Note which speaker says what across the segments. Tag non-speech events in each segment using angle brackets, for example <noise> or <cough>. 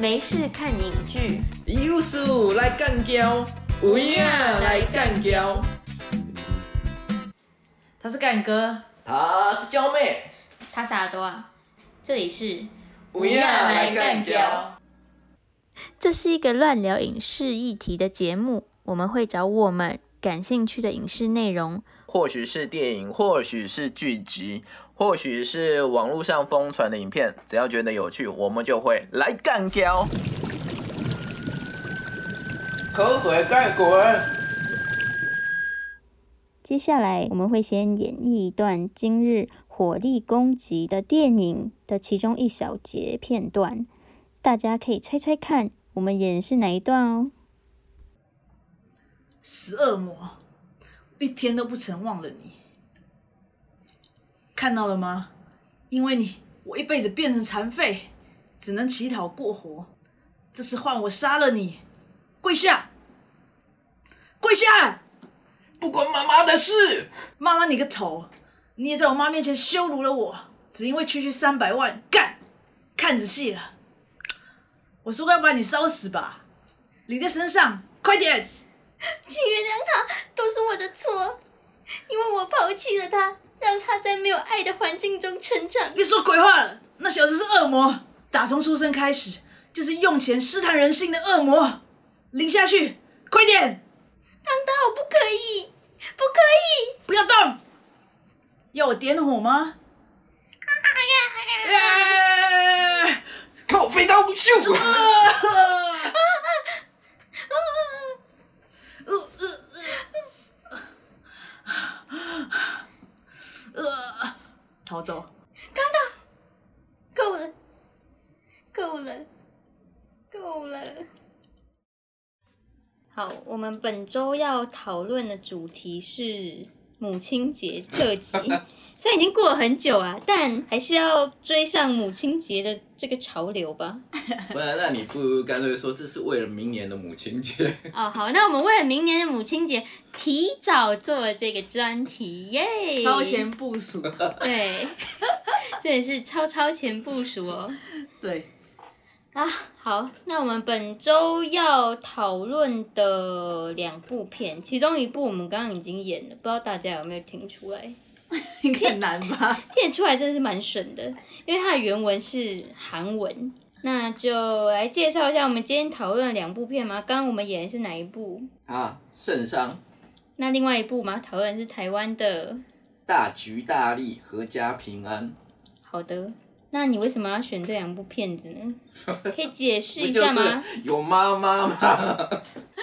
Speaker 1: 没事看影剧，
Speaker 2: 有事来干胶，有影来干胶。
Speaker 3: 他是干哥，
Speaker 2: 她是娇妹，
Speaker 1: 他啥都啊。这里是，
Speaker 2: 有影来干胶。
Speaker 1: 这是一个乱聊影视议题的节目，我们会找我们感兴趣的影视内容。
Speaker 4: 或许是电影，或许是剧集，或许是网络上疯传的影片，只要觉得有趣，我们就会来干掉。
Speaker 2: 口水盖滚。
Speaker 1: 接下来我们会先演绎一段今日火力攻击的电影的其中一小节片段，大家可以猜猜看我们演的是哪一段哦。
Speaker 3: 十恶魔，一天都不曾忘了你。看到了吗？因为你，我一辈子变成残废，只能乞讨过活。这次换我杀了你，跪下，跪下！
Speaker 2: 不关妈妈的事，
Speaker 3: 妈妈你个头！你也在我妈面前羞辱了我，只因为区区三百万，干！看仔细了，我说过要把你烧死吧，你在身上，快点！
Speaker 5: 请原谅他，都是我的错，因为我抛弃了他，让他在没有爱的环境中成长。
Speaker 3: 别说鬼话了，那小子是恶魔，打从出生开始就是用钱试探人性的恶魔。淋下去，快点，
Speaker 5: 当他我不可以，不可以！
Speaker 3: 不要动！要我点火吗？啊
Speaker 2: 靠飞刀咻！
Speaker 3: 逃走！
Speaker 5: 够了，够了，够了！
Speaker 1: 好，我们本周要讨论的主题是母亲节特辑， <laughs> 虽然已经过了很久啊，但还是要追上母亲节的这个潮流吧。
Speaker 2: <laughs> 不然，那你不如干脆说这是为了明年的母亲节。
Speaker 1: 哦，好，那我们为了明年的母亲节提早做了这个专题耶，
Speaker 3: 超前部署， <laughs>
Speaker 1: 对，这也是超超前部署哦。
Speaker 3: <laughs> 对，
Speaker 1: 啊，好，那我们本周要讨论的两部片，其中一部我们刚刚已经演了，不知道大家有没有听出来？
Speaker 3: 应该很难吧？
Speaker 1: 念出来真的是蛮神的，因为它的原文是韩文。那就来介绍一下我们今天讨论的两部片嘛。刚刚我们演的是哪一部？
Speaker 2: <laughs> 啊，圣伤
Speaker 1: 那另外一部嘛，讨论的是台湾的。
Speaker 2: 大吉大利，阖家平安。
Speaker 1: 好的，那你为什么要选这两部片子
Speaker 2: <laughs>
Speaker 1: 呢？可以解释
Speaker 2: 不
Speaker 1: 一
Speaker 2: 就
Speaker 1: 下吗？
Speaker 2: 是有妈妈吗？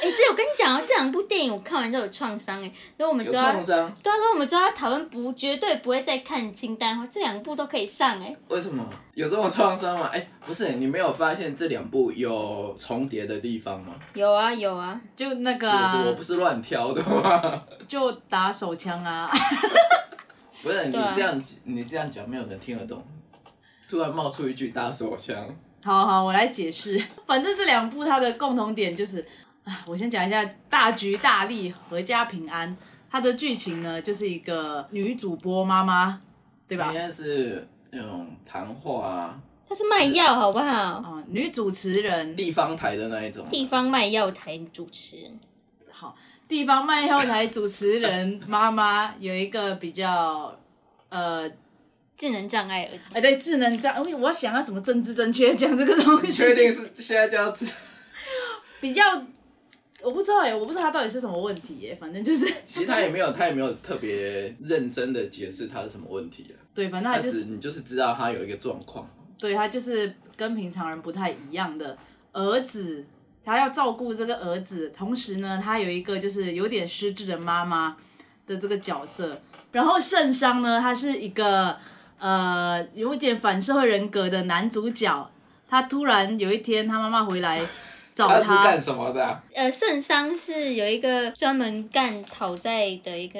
Speaker 1: 哎、这我跟你讲哦，这两部电影我看完之后有创伤哎，所以我们
Speaker 2: 有
Speaker 1: 就要
Speaker 2: 创伤？
Speaker 1: 对啊，所以我们就要讨论不绝对不会再看清单，这两部都可以上哎。
Speaker 2: 为什么有这种创伤吗？哎、不是，你没有发现这两部有重叠的地方吗？
Speaker 1: 有啊有啊，
Speaker 3: 就那个、
Speaker 2: 是不
Speaker 3: 啊，
Speaker 2: 是？我不是乱挑的吗？
Speaker 3: 就打手枪啊， <laughs>
Speaker 2: 不是你
Speaker 1: 对啊
Speaker 2: 这样，你这样讲没有人听得懂。突然冒出一句打手枪，
Speaker 3: 好好，我来解释。反正这两部它的共同点就是，啊，我先讲一下《大局大利，阖家平安》。它的剧情呢，就是一个女主播妈妈，对吧
Speaker 2: 应？该是那种谈话啊，
Speaker 1: 它是卖药好不好？
Speaker 3: 啊、女主持人，
Speaker 2: 地方台的那一种。啊
Speaker 1: 地方卖药台主持人，
Speaker 3: 好，地方卖药台主持人妈妈 <laughs> 有一个比较，呃，
Speaker 1: 智能障碍儿子。呃
Speaker 3: 哎，对，智能障，哎，我想要怎么政治正确讲这个东
Speaker 2: 你
Speaker 3: 西？
Speaker 2: 确定是现在就要吃？
Speaker 3: 比较，我不知道哎，我不知道他到底是什么问题耶，反正就是， <laughs>
Speaker 2: 其实他也没有，他也没有特别认真的解释他是什么问题啊。
Speaker 3: 对，反正
Speaker 2: 他
Speaker 3: 他就是
Speaker 2: 只你就是知道他有一个状况，
Speaker 3: 对他就是跟平常人不太一样的儿子，他要照顾这个儿子，同时呢，他有一个就是有点失智的妈妈的这个角色。然后圣商呢，他是一个呃有一点反社会人格的男主角，他突然有一天他妈妈回来找
Speaker 2: <laughs> 他是
Speaker 3: 他
Speaker 2: 干，什么的啊、
Speaker 1: 呃，圣商是有一个专门干讨债的一个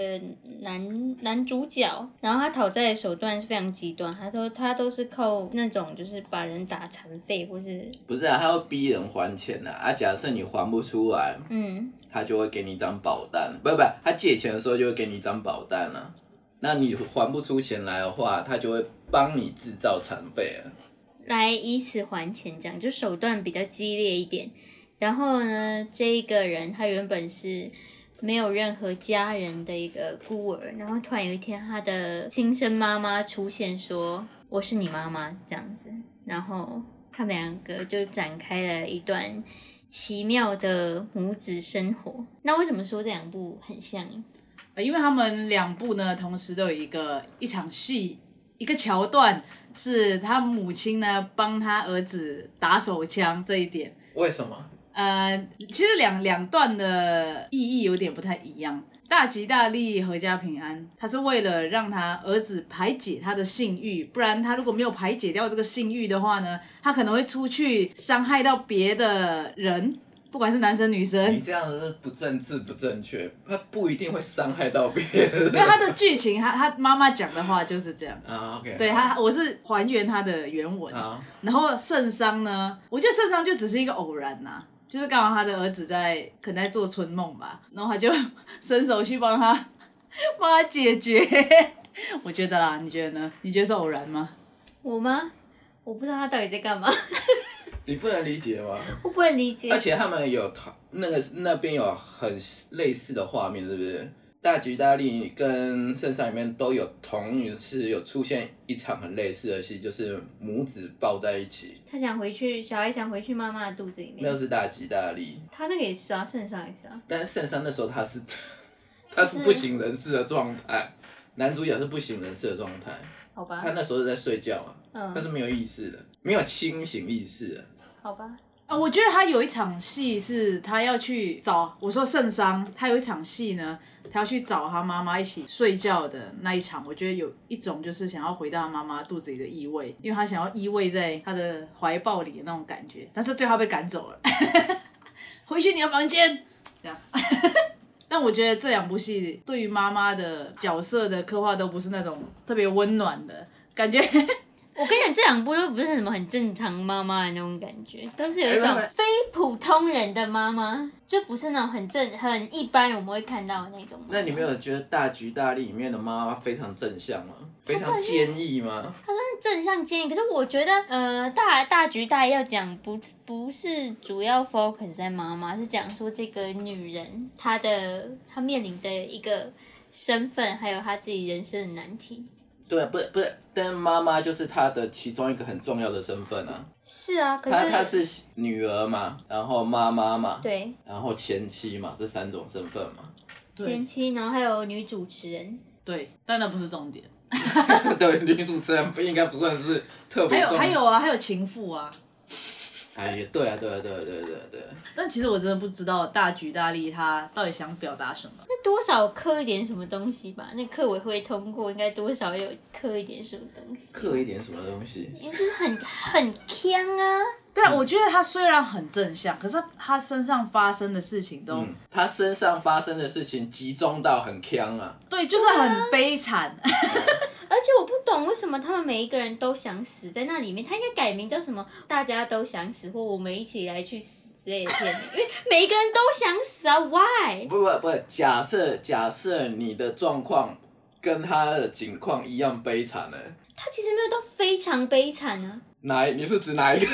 Speaker 1: 男男主角，然后他讨债的手段是非常极端，他说他都是靠那种就是把人打残废或是
Speaker 2: 不是啊，他要逼人还钱啊。啊，假设你还不出来，
Speaker 1: 嗯
Speaker 2: 他就会给你一张保单，不不，他借钱的时候就会给你一张保单啊。那你还不出钱来的话，他就会帮你制造残废啊。
Speaker 1: 来以此还钱，这样就手段比较激烈一点。然后呢，这一个人他原本是没有任何家人的一个孤儿，然后突然有一天，他的亲生妈妈出现说：“我是你妈妈。”这样子，然后他们两个就展开了一段奇妙的母子生活。那为什么说这两部很像？
Speaker 3: 呃因为他们两部呢，同时都有一个一场戏，一个桥段是他母亲呢帮他儿子打手枪这一点。
Speaker 2: 为什么？
Speaker 3: 呃，其实两两段的意义有点不太一样。大吉大利，阖家平安，他是为了让他儿子排解他的性欲，不然他如果没有排解掉这个性欲的话呢，他可能会出去伤害到别的人，不管是男生女生。
Speaker 2: 你这样子是不政治不正确，他不一定会伤害到别 <laughs> 人。
Speaker 3: 因为他的剧情，他他妈妈讲的话就是这样。
Speaker 2: 啊，OK，
Speaker 3: 对他，我是还原他的原文。
Speaker 2: 啊，
Speaker 3: 然后圣殇呢，我觉得圣殇就只是一个偶然呐、就是刚好他的儿子在可能在做春梦吧，然后他就伸手去帮他帮他解决。 <laughs> 我觉得啦，你觉得呢？你觉得是偶然吗？
Speaker 1: 我吗？我不知道他到底在干嘛，
Speaker 2: 你不能理解吗？
Speaker 1: 我不能理解
Speaker 2: 而。且他们有讨那个那边有很类似的画面，是不是？大吉大利跟圣上里面都有同一次有出现一场很类似的戏，就是母子抱在一起，
Speaker 1: 他想回去，小孩想回去妈妈的肚子里面
Speaker 2: 那。是大吉大利。
Speaker 1: 他那个也是啊，圣上也是啊。
Speaker 2: 但是圣上那时候他是他是不省人事的状态，男主角是不省人事的状态，
Speaker 1: 好吧
Speaker 2: 他，那时候是在睡觉啊，他
Speaker 1: 嗯，
Speaker 2: 是没有意识的，没有清醒意识的。
Speaker 1: 好吧，
Speaker 3: 啊，我觉得他有一场戏是他要去找，我说圣殇，他有一场戏呢，他要去找他妈妈一起睡觉的那一场，我觉得有一种就是想要回到他妈妈肚子里的异味，因为他想要依偎在他的怀抱里的那种感觉，但是最后他被赶走了， <laughs> 回去你的房间，这样。 <laughs> 但我觉得这两部戏对于妈妈的角色的刻画都不是那种特别温暖的感觉， <laughs>
Speaker 1: 我跟你讲，这两部都不是什么很正常妈妈的那种感觉，都是有一
Speaker 2: 哎
Speaker 1: 种
Speaker 2: 不是
Speaker 1: 非普通人的妈妈，就不是那种很正、很一般我们会看到的那种妈妈。
Speaker 2: 那你没有觉得《大吉大利》里面的妈妈非常正向吗？非常坚毅吗？
Speaker 1: 他算是正向建议，可是我觉得，呃，大大局大要讲不不是主要 focus 在妈妈，是讲说这个女人她的她面临的一个身份，还有她自己人生的难题。
Speaker 2: 对，不是不是，但是妈妈就是她的其中一个很重要的身份啊。
Speaker 1: 是啊，可
Speaker 2: 她
Speaker 1: 是
Speaker 2: 她是女儿嘛，然后妈妈嘛，
Speaker 1: 对
Speaker 2: 然后前妻嘛，这三种身份嘛。 <laughs>
Speaker 1: 前妻，然后还有女主持人，
Speaker 3: 对，但那不是重点。
Speaker 2: 对，女主持人不应该不算是特
Speaker 3: 还
Speaker 2: 别
Speaker 3: 有
Speaker 2: 重要。
Speaker 3: 还有啊，还有情妇啊，
Speaker 2: 哎呀，对啊，对啊，对啊，对啊，对啊，对啊。
Speaker 3: 但其实我真的不知道大局大利他到底想表达什么。
Speaker 1: 那多少刻一点什么东西吧？那课委会通过，应该多少有刻一点什么东西，
Speaker 2: 刻一点什么东西？
Speaker 1: 因为就是很很呛啊。
Speaker 3: 对啊，我觉得他虽然很正向，可是他身上发生的事情都、
Speaker 2: 嗯，她身上发生的事情集中到很强啊。
Speaker 3: 对，就是很悲惨。
Speaker 1: 而且我不懂为什么他们每一个人都想死在那里面，他应该改名叫什么？大家都想死，或我们一起来去死之类的片名，因为每一个人都想死啊，Why？
Speaker 2: 不不不，假设假设你的状况跟她的境况一样悲惨呢、
Speaker 1: 他其实没有到非常悲惨啊，
Speaker 2: 哪一？你是指哪一个？ <laughs>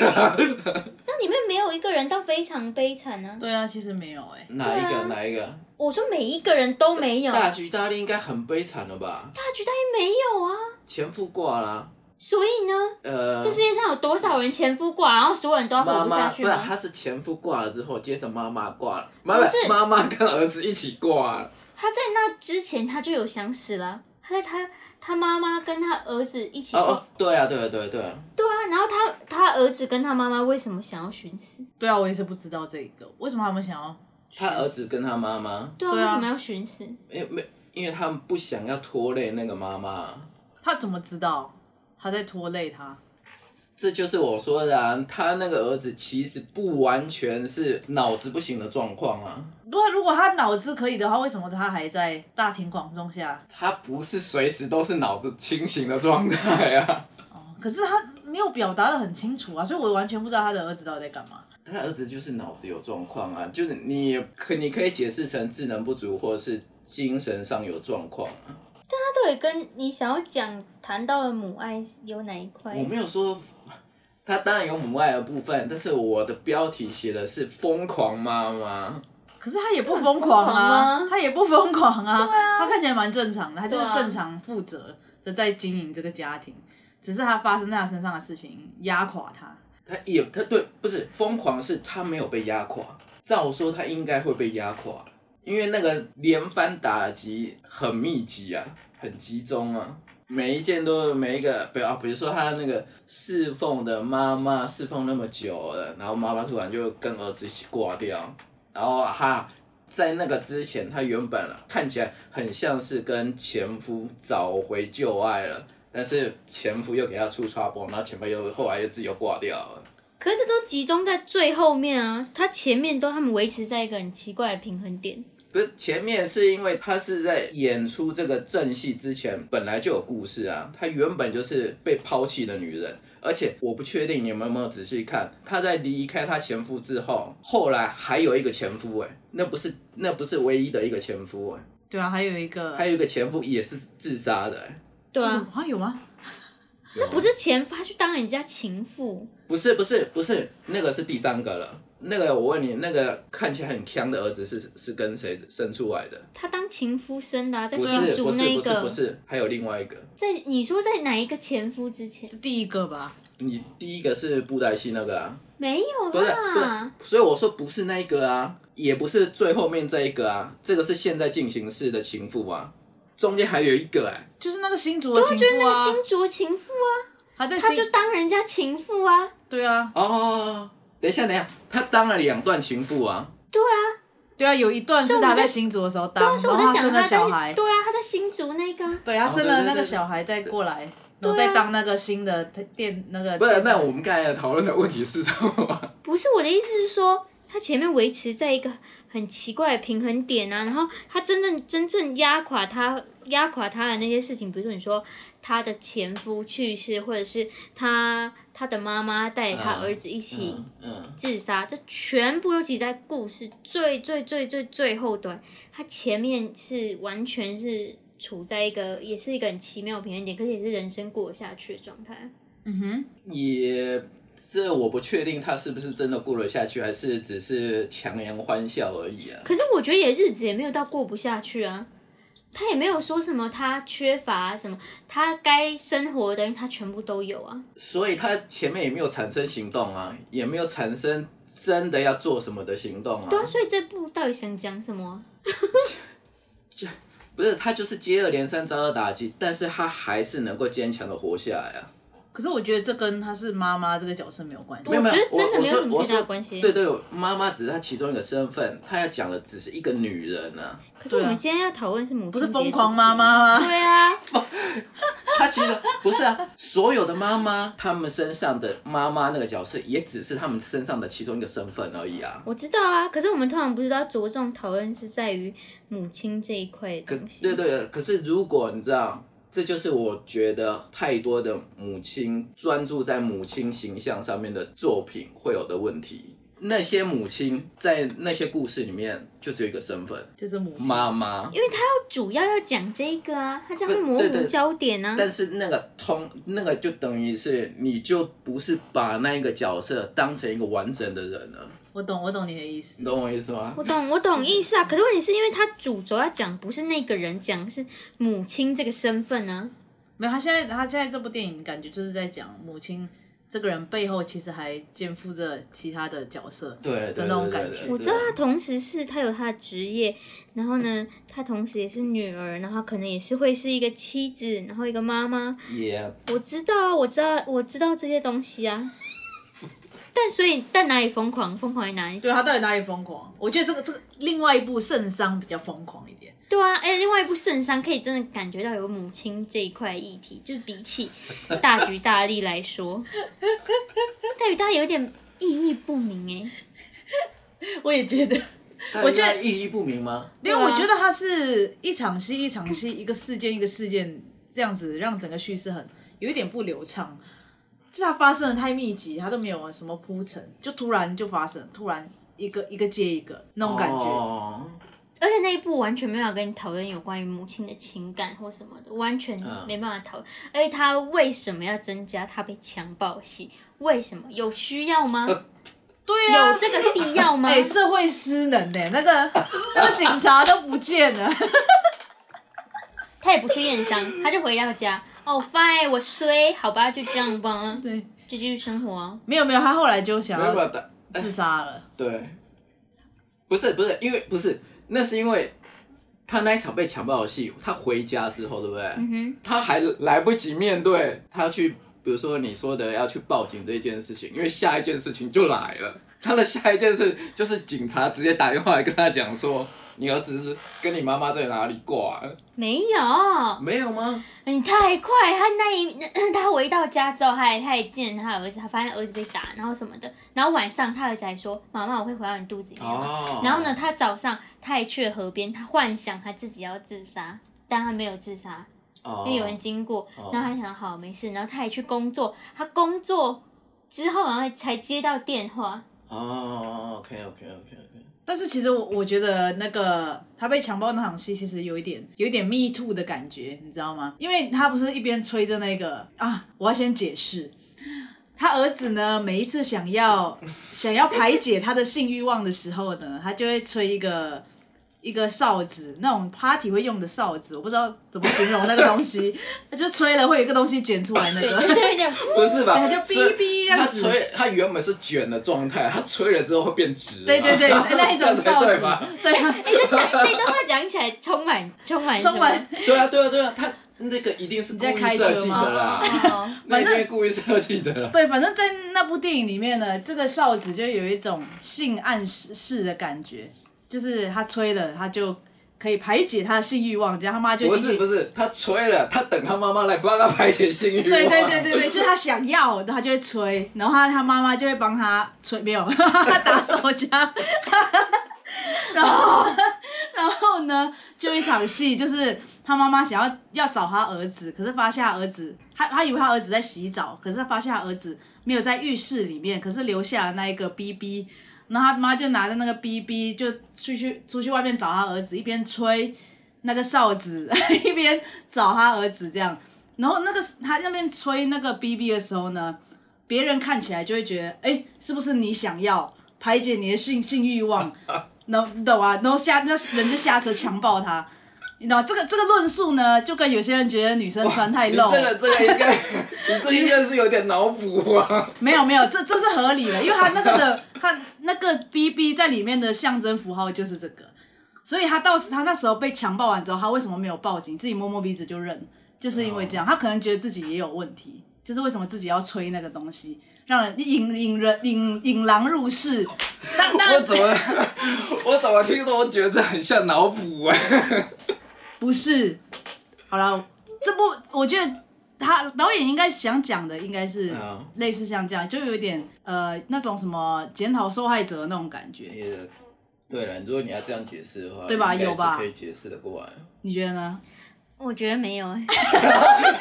Speaker 1: 那里面没有一个人到非常悲惨啊。
Speaker 3: <laughs> 对啊，其实没有哎、
Speaker 2: 哪一
Speaker 1: 对啊
Speaker 2: 个？哪一个？
Speaker 1: 我说每一个人都没有，
Speaker 2: 大吉大利应该很悲惨了吧？
Speaker 1: 大局大利没有啊。
Speaker 2: 前夫挂啦，
Speaker 1: 所以呢，
Speaker 2: 呃，
Speaker 1: 这世界上有多少人前夫挂，然后所有人都要活
Speaker 2: 妈
Speaker 1: 不
Speaker 2: 妈
Speaker 1: 下
Speaker 2: 不
Speaker 1: 去
Speaker 2: 是，
Speaker 1: 吗？
Speaker 2: 他是前夫挂了之后，接着妈妈挂了，妈妈
Speaker 1: 不是
Speaker 2: 妈妈跟儿子一起挂了。
Speaker 1: 他在那之前他就有想死了，他在他他妈妈跟他儿子一起
Speaker 2: 哦哦，对啊，对啊，对啊，对啊，
Speaker 1: 对啊，然后他他儿子跟他妈妈为什么想要寻死？
Speaker 3: 对啊，我也是不知道这个，为什么他们想要？
Speaker 2: 他儿子跟他妈妈，
Speaker 1: 对啊，
Speaker 3: 对
Speaker 1: 为
Speaker 3: 啊
Speaker 1: 什么要寻死？
Speaker 2: 因为没，因为他们不想要拖累那个妈妈，
Speaker 3: 他怎么知道他在拖累他？
Speaker 2: 这就是我说的啊。他那个儿子其实不完全是脑子不行的状况啊，
Speaker 3: 如果如果他脑子可以的话，为什么他还在大庭广众下？
Speaker 2: 他不是随时都是脑子清醒的状态啊。
Speaker 3: 哦，可是他没有表达的很清楚啊，所以我完全不知道他的儿子到底在干嘛。
Speaker 2: 他儿子就是脑子有状况啊，就是你可你可以解释成智能不足或者是精神上有状况啊。
Speaker 1: 他到底跟你想要讲谈到的母爱有哪一块
Speaker 2: 我？没有说它当然有母爱的部分，但是我的标题写的是疯狂妈妈。
Speaker 3: 可是他也不疯
Speaker 1: 他
Speaker 3: 狂
Speaker 1: 很疯狂
Speaker 3: 啊
Speaker 1: 吗，
Speaker 3: 他也不疯狂啊，他看起来蛮正常的，他就是
Speaker 1: 对啊
Speaker 3: 正常负责的在经营这个家庭，只是他发生在他身上的事情压垮他。
Speaker 2: 他也他对不是疯狂，是他没有被压垮。照说他应该会被压垮，因为那个连番打击很密集啊，很集中啊，每一件都每一个，比如啊，比如说他那个侍奉的妈妈侍奉那么久了，然后妈妈突然就跟儿子一起挂掉，然后他在那个之前，他原本啊看起来很像是跟前夫找回旧爱了。但是前夫又给他出 trouble，然后前夫又后来又自己又挂掉了。
Speaker 1: 可是这都集中在最后面啊，他前面都他们维持在一个很奇怪的平衡点。
Speaker 2: 不是前面是因为他是在演出这个正戏之前本来就有故事啊，她原本就是被抛弃的女人，而且我不确定你们有没有仔细看，她在离开她前夫之后，后来还有一个前夫哎、那不是那不是唯一的一个前夫哎、
Speaker 3: 对啊，还有一个，
Speaker 2: 还有一个前夫也是自杀的、哎
Speaker 1: 对
Speaker 3: 为什么
Speaker 1: 啊，
Speaker 3: 啊有吗？
Speaker 1: 不是前夫，他去当人家情妇，
Speaker 2: 不是不是不是，那个是第三个了。那个我问你，那个看起来很强的儿子是是跟谁生出来的？
Speaker 1: 他当情夫生的、啊，在
Speaker 2: 不
Speaker 1: 新
Speaker 2: 是
Speaker 1: 竹
Speaker 2: 不是
Speaker 1: 那
Speaker 2: 不
Speaker 1: 一
Speaker 2: 是不
Speaker 1: 个，
Speaker 2: 是，还有另外一个。
Speaker 1: 在你说在哪一个前夫之前
Speaker 3: 是第一个吧？
Speaker 2: 你第一个是布袋戏那个啊，
Speaker 1: 没有
Speaker 2: 不是不是
Speaker 1: 啦，，
Speaker 2: 所以我说不是那一个啊，也不是最后面这一个啊，这个是现在进行式的情妇啊，中间还有一个哎、
Speaker 3: 就是那个新竹的情
Speaker 1: 就是
Speaker 3: 妇
Speaker 1: 那个
Speaker 3: 啊，
Speaker 1: 新竹情妇啊，
Speaker 3: 他在
Speaker 1: 他
Speaker 3: 新
Speaker 1: 就当人家情妇啊，
Speaker 3: 对啊
Speaker 2: 哦，等一下等一下，他当了两段情妇啊，
Speaker 1: 对啊，
Speaker 3: 对啊，有一段是
Speaker 1: 所以
Speaker 3: 他
Speaker 1: 我在
Speaker 3: 在新竹的时候当，
Speaker 1: 当时
Speaker 3: 然
Speaker 1: 我
Speaker 3: 后
Speaker 1: 在
Speaker 3: 他
Speaker 1: 讲
Speaker 3: 生了
Speaker 1: 他
Speaker 3: 小孩
Speaker 1: 在，对啊，他在新竹那个啊，
Speaker 3: 对他
Speaker 2: 哦
Speaker 3: 生
Speaker 2: 对
Speaker 3: 了
Speaker 2: 对
Speaker 3: 那
Speaker 2: 对
Speaker 3: 个小孩再过来，然后
Speaker 1: 对啊
Speaker 3: 再当那个新的店那个
Speaker 2: 不是，
Speaker 3: 店
Speaker 2: 那
Speaker 3: 长
Speaker 2: 我们刚才的讨论的问题是什么？啊
Speaker 1: 不是我的意思是说，他前面维持在一个很奇怪的平衡点啊，然后他真正真正压垮他压垮他的那些事情，比如说你说他的前夫去世，或者是他他的妈妈带着他
Speaker 2: 嗯
Speaker 1: 儿子一起
Speaker 2: 嗯嗯，
Speaker 1: 自杀，这全部都挤在故事最最最最最后端，他前面是完全是。处在一个也是一个很奇妙的平衡点，可是也是人生过得下去的状态。
Speaker 3: 嗯哼。
Speaker 2: 也这我不确定他是不是真的过了下去，还是只是强颜欢笑而已啊。
Speaker 1: 可是我觉得也日子也没有到过不下去啊，他也没有说什么他缺乏什么，他该生活的东西他全部都有啊。
Speaker 2: 所以他前面也没有产生行动啊，也没有产生真的要做什么的行动啊。
Speaker 1: 对啊，
Speaker 3: 哦
Speaker 1: 所以这部到底想讲什么啊？
Speaker 2: 不是他就是接二连三遭到打击，但是他还是能够坚强的活下来啊。
Speaker 3: 可是我觉得这跟她是妈妈这个角色没有关系
Speaker 1: 我。
Speaker 2: 有没有
Speaker 1: 觉得真的
Speaker 2: 我
Speaker 1: 没有什么
Speaker 2: 我
Speaker 1: 太
Speaker 2: 说
Speaker 1: 大的关系。
Speaker 2: 对对，妈妈只是他其中一个身份，他要讲的只是一个女人啊。
Speaker 1: 可是我
Speaker 3: 对
Speaker 1: 们
Speaker 3: 啊
Speaker 1: 今天要讨论是母亲
Speaker 3: 不是
Speaker 1: 节
Speaker 3: 疯
Speaker 1: 主
Speaker 3: 狂
Speaker 1: 题
Speaker 3: 妈？妈吗？
Speaker 1: 对啊，
Speaker 2: 他其实不是啊，所有的妈妈，他们身上的妈妈那个角色，也只是他们身上的其中一个身份而已啊。
Speaker 1: 我知道啊。可是我们通常不是都要着重讨论是在于母亲这一块
Speaker 2: 可
Speaker 1: 的东西。
Speaker 2: 对对，对可是如果你知道，这就是我觉得太多的母亲专注在母亲形象上面的作品会有的问题。那些母亲在那些故事里面就只有一个身份，
Speaker 3: 就是母亲
Speaker 2: 妈妈。
Speaker 1: 因为他要主要要讲这个啊，他这样
Speaker 2: 不
Speaker 1: 会模
Speaker 2: 对
Speaker 1: 糊
Speaker 2: 对
Speaker 1: 焦点啊。
Speaker 2: 但是那个通那个就等于是你就不是把那一个角色当成一个完整的人了，
Speaker 3: 我懂，我懂你的意思。
Speaker 2: 你懂我意思吗
Speaker 1: 我？懂，我懂意思啊。可是问题是因为他主轴要讲不是那个人讲，是母亲这个身份啊。
Speaker 3: 没有，他现在他现在这部电影感觉就是在讲母亲这个人背后其实还肩负着其他的角色。
Speaker 2: 对对对
Speaker 3: 那种
Speaker 2: 对
Speaker 3: 感
Speaker 2: 对
Speaker 3: 觉
Speaker 2: 对
Speaker 1: 我知道他同时是他有他的职业，然后呢，他同时也是女儿，然后可能也是会是一个妻子，然后一个妈妈。
Speaker 2: 也
Speaker 1: 我知道啊，我知道，我知道这些东西啊。但所以，但哪里疯狂，疯狂在哪里？
Speaker 3: 对他到底哪里疯狂？我觉得这个这个另外一部《圣殇》比较疯狂一点。
Speaker 1: 对啊，而且另外一部《圣殇》可以真的感觉到有母亲这一块议题，就是比起《大局大利》来说，《大局大利》有点意义不明哎、
Speaker 3: 我也觉得，
Speaker 2: 我
Speaker 3: 我
Speaker 2: 觉
Speaker 3: 觉得
Speaker 2: 得意义不明吗？
Speaker 3: 因
Speaker 1: 对
Speaker 3: 为
Speaker 1: 啊
Speaker 3: 我觉得它是一场戏一场戏，一个事件一个事件这样子，让整个叙事很有一点不流畅。就是它发生的太密集，它都没有什么铺陈，就突然就发生，突然一个一个接一个那种感觉。
Speaker 2: 哦
Speaker 1: 而且那一部完全没有跟你讨论有关于母亲的情感或什么的，完全
Speaker 2: 嗯
Speaker 1: 没办法讨论。而且他为什么要增加他被强暴戏？为什么有需要吗？
Speaker 3: 对啊呀、
Speaker 1: 有这个必要吗？
Speaker 3: 哎、社会失能呢、那个那个警察都不见了， <laughs>
Speaker 1: 他也不去验伤，他就回到家。哦、f i n e 我衰，好吧，就这样吧，
Speaker 3: 对，
Speaker 1: 就继续生活啊。
Speaker 3: 没有没有，他后来就想
Speaker 2: 没有
Speaker 3: 要
Speaker 2: 办法，
Speaker 3: 自杀了，
Speaker 2: 对，不是不是，因为不是，那是因为他那一场被强暴的戏，他回家之后，对不对？
Speaker 1: 嗯
Speaker 2: 他还来不及面对，他去，比如说你说的要去报警这件事情，因为下一件事情就来了。他的下一件事就是警察直接打电话来跟他讲说，你儿子是跟你妈妈在哪里挂了？
Speaker 1: 哼，没有，
Speaker 2: 没有吗？
Speaker 1: 哎你太快，他那一 <coughs> 他回到家之后，他也他也见他儿子，他发现儿子被打，然后什么的，然后晚上他儿子还说：“妈妈，我会回到你肚子里面。
Speaker 2: 哦，
Speaker 1: 然后呢，？他早上他也去了河边，他幻想他自己要自杀，但他没有自杀，
Speaker 2: 哦，
Speaker 1: 因为有人经过，
Speaker 2: 哦
Speaker 1: 然后他想好没事，然后他也去工作，他工作之后，然后才接到电
Speaker 2: <laughs>
Speaker 1: 话，
Speaker 2: 哦，OK OK OK OK，
Speaker 3: 但是其实我我觉得那个他被强暴那场戏，其实有一点有一点 me too 的感觉，你知道吗？因为他不是一边吹着那个啊，我要先解释，他儿子呢每一次想要想要排解他的性欲望的时候呢，他就会吹一个。一个哨子，那种 party 会用的哨子，我不知道怎么形容那个东西， <laughs> 他就吹了会有一个东西卷出来那
Speaker 1: 对，哎
Speaker 3: 个，
Speaker 1: 就是会这样，
Speaker 2: 不是吧？
Speaker 3: 哎他就哔哔
Speaker 2: 是
Speaker 3: 这样
Speaker 2: 他
Speaker 3: 子
Speaker 2: 吹，他原本是卷的状态，他吹了之后会变直啊。
Speaker 3: 对
Speaker 2: <laughs>
Speaker 3: 对对，那一
Speaker 2: 这样
Speaker 3: 种
Speaker 2: 才
Speaker 3: 哨
Speaker 2: 对
Speaker 3: 子
Speaker 2: 吧？，
Speaker 3: 对啊，
Speaker 1: 这讲这段话讲起来充满充满什么
Speaker 3: 充满
Speaker 2: 对啊，对啊，对啊，他那个一定是
Speaker 3: 你
Speaker 2: 故
Speaker 3: 在
Speaker 2: 意
Speaker 3: 开
Speaker 2: 设
Speaker 3: 车
Speaker 2: 计
Speaker 3: 吗
Speaker 2: 的啦，
Speaker 1: 哦
Speaker 2: <laughs> 那一定是故意设计的啦。
Speaker 3: 对，反正在那部电影里面呢，这个哨子就有一种性暗示式的感觉，就是他吹了，他就可以排解他的性欲望，这样他妈就
Speaker 2: 不
Speaker 3: 进
Speaker 2: 是
Speaker 3: 去
Speaker 2: 不是，他吹了，他等他妈妈来帮他排解性欲望。
Speaker 3: 对对对对对，就是他想要，他就会吹，然后他他妈妈就会帮他吹，没有 <laughs> 打手枪， <laughs> 然后然后呢，就一场戏，就是他妈妈想要要找他儿子，可是发现他儿子，他他以为他儿子在洗澡，可是他发现他儿子没有在浴室里面，可是留下了那一个 BB。然后他妈就拿着那个 BB 就出去出去外面找他儿子，一边吹那个哨子， <laughs> 一边找他儿子这样。然后那个他那边吹那个 BB 的时候呢，别人看起来就会觉得，哎，是不是你想要排解你的性性欲望？ <laughs> 然后你懂啊？然后下那人就下车强暴他，你懂、啊、这个这个论述呢，就跟有些人觉得女生穿太
Speaker 2: 你
Speaker 3: 露，
Speaker 2: 这个这个应
Speaker 3: <laughs>
Speaker 2: 该，你这应该是有点脑补啊。
Speaker 3: 没有没有，这这是合理的，因为他那个的 <laughs> 他那个 BB 在里面的象征符号就是这个，所以他到时他那时候被强暴完之后，他为什么没有报警？自己摸摸鼻子就认，就是因为这样，
Speaker 2: 哦
Speaker 3: 他可能觉得自己也有问题，就是为什么自己要吹那个东西，让人引引人引引狼入室。当当
Speaker 2: 哦 <laughs> 我
Speaker 3: 然
Speaker 2: 怎么我怎么听都觉得这很像脑补哎。
Speaker 3: 不是，好了，这部我觉得他导演应该想讲的应该是
Speaker 2: 嗯
Speaker 3: 类似像这样，就有一点呃那种什么检讨受害者的那种感觉。
Speaker 2: 也对了，如果你要这样解释的话，
Speaker 3: 对吧
Speaker 2: 应该是
Speaker 3: 有吧
Speaker 2: 可以解释的过来。
Speaker 3: 你觉得呢？
Speaker 1: 我觉得没有哎、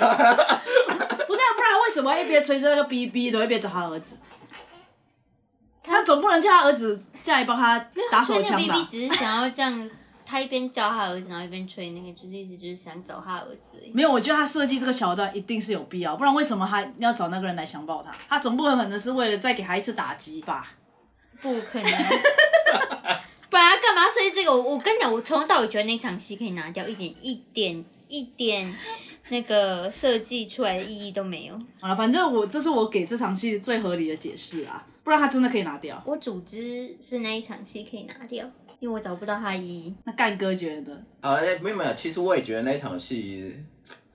Speaker 3: 不是、啊，不然为什么一边吹着那个 BB 的，一边找他儿子？
Speaker 1: 他
Speaker 3: 他总不能叫他儿子下来帮他打手
Speaker 1: 所
Speaker 3: 枪
Speaker 1: 以那个 BB 只
Speaker 3: 吧？
Speaker 1: 是想要这样，他一边教他儿子，然后一边吹那个，就是意思就是想找他儿子而已。
Speaker 3: 没有，我觉得他设计这个桥段一定是有必要，不然为什么他要找那个人来强暴他？他总不可能是为了再给他一次打击吧？
Speaker 1: 不可能。啊 <laughs> 本来干嘛设计这个？我我跟你讲，我从头到尾觉得那场戏可以拿掉一点一点一点那个设计出来的意义都没有。
Speaker 3: 好了，反正我这是我给这场戏最合理的解释啊，不然他真的可以拿掉。
Speaker 1: 我组织是那一场戏可以拿掉，因为我找不到它的意义。
Speaker 3: 那干哥觉得呢，
Speaker 2: 啊，哎没有没有，其实我也觉得那一场戏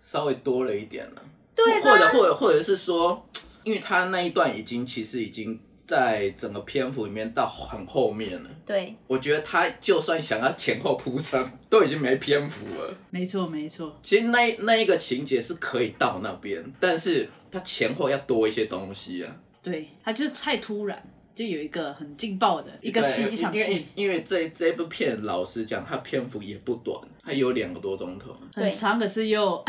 Speaker 2: 稍微多了一点了。
Speaker 1: 对
Speaker 2: 或或者
Speaker 1: 吧？
Speaker 2: 或者或者是说，因为他那一段已经其实已经在整个篇幅里面到很后面了。
Speaker 1: 对，
Speaker 2: 我觉得他就算想要前后铺陈，都已经没篇幅了。
Speaker 3: 没错没错，
Speaker 2: 其实那那一个情节是可以到那边，但是他前后要多一些东西啊。
Speaker 3: 对他就是太突然，就有一个很劲爆的一
Speaker 2: 一
Speaker 3: 个戏一场
Speaker 2: 因为
Speaker 3: 戏，
Speaker 2: 因为这这部片老实讲，它篇幅也不短，它有两个多钟头，
Speaker 3: 很长，可是又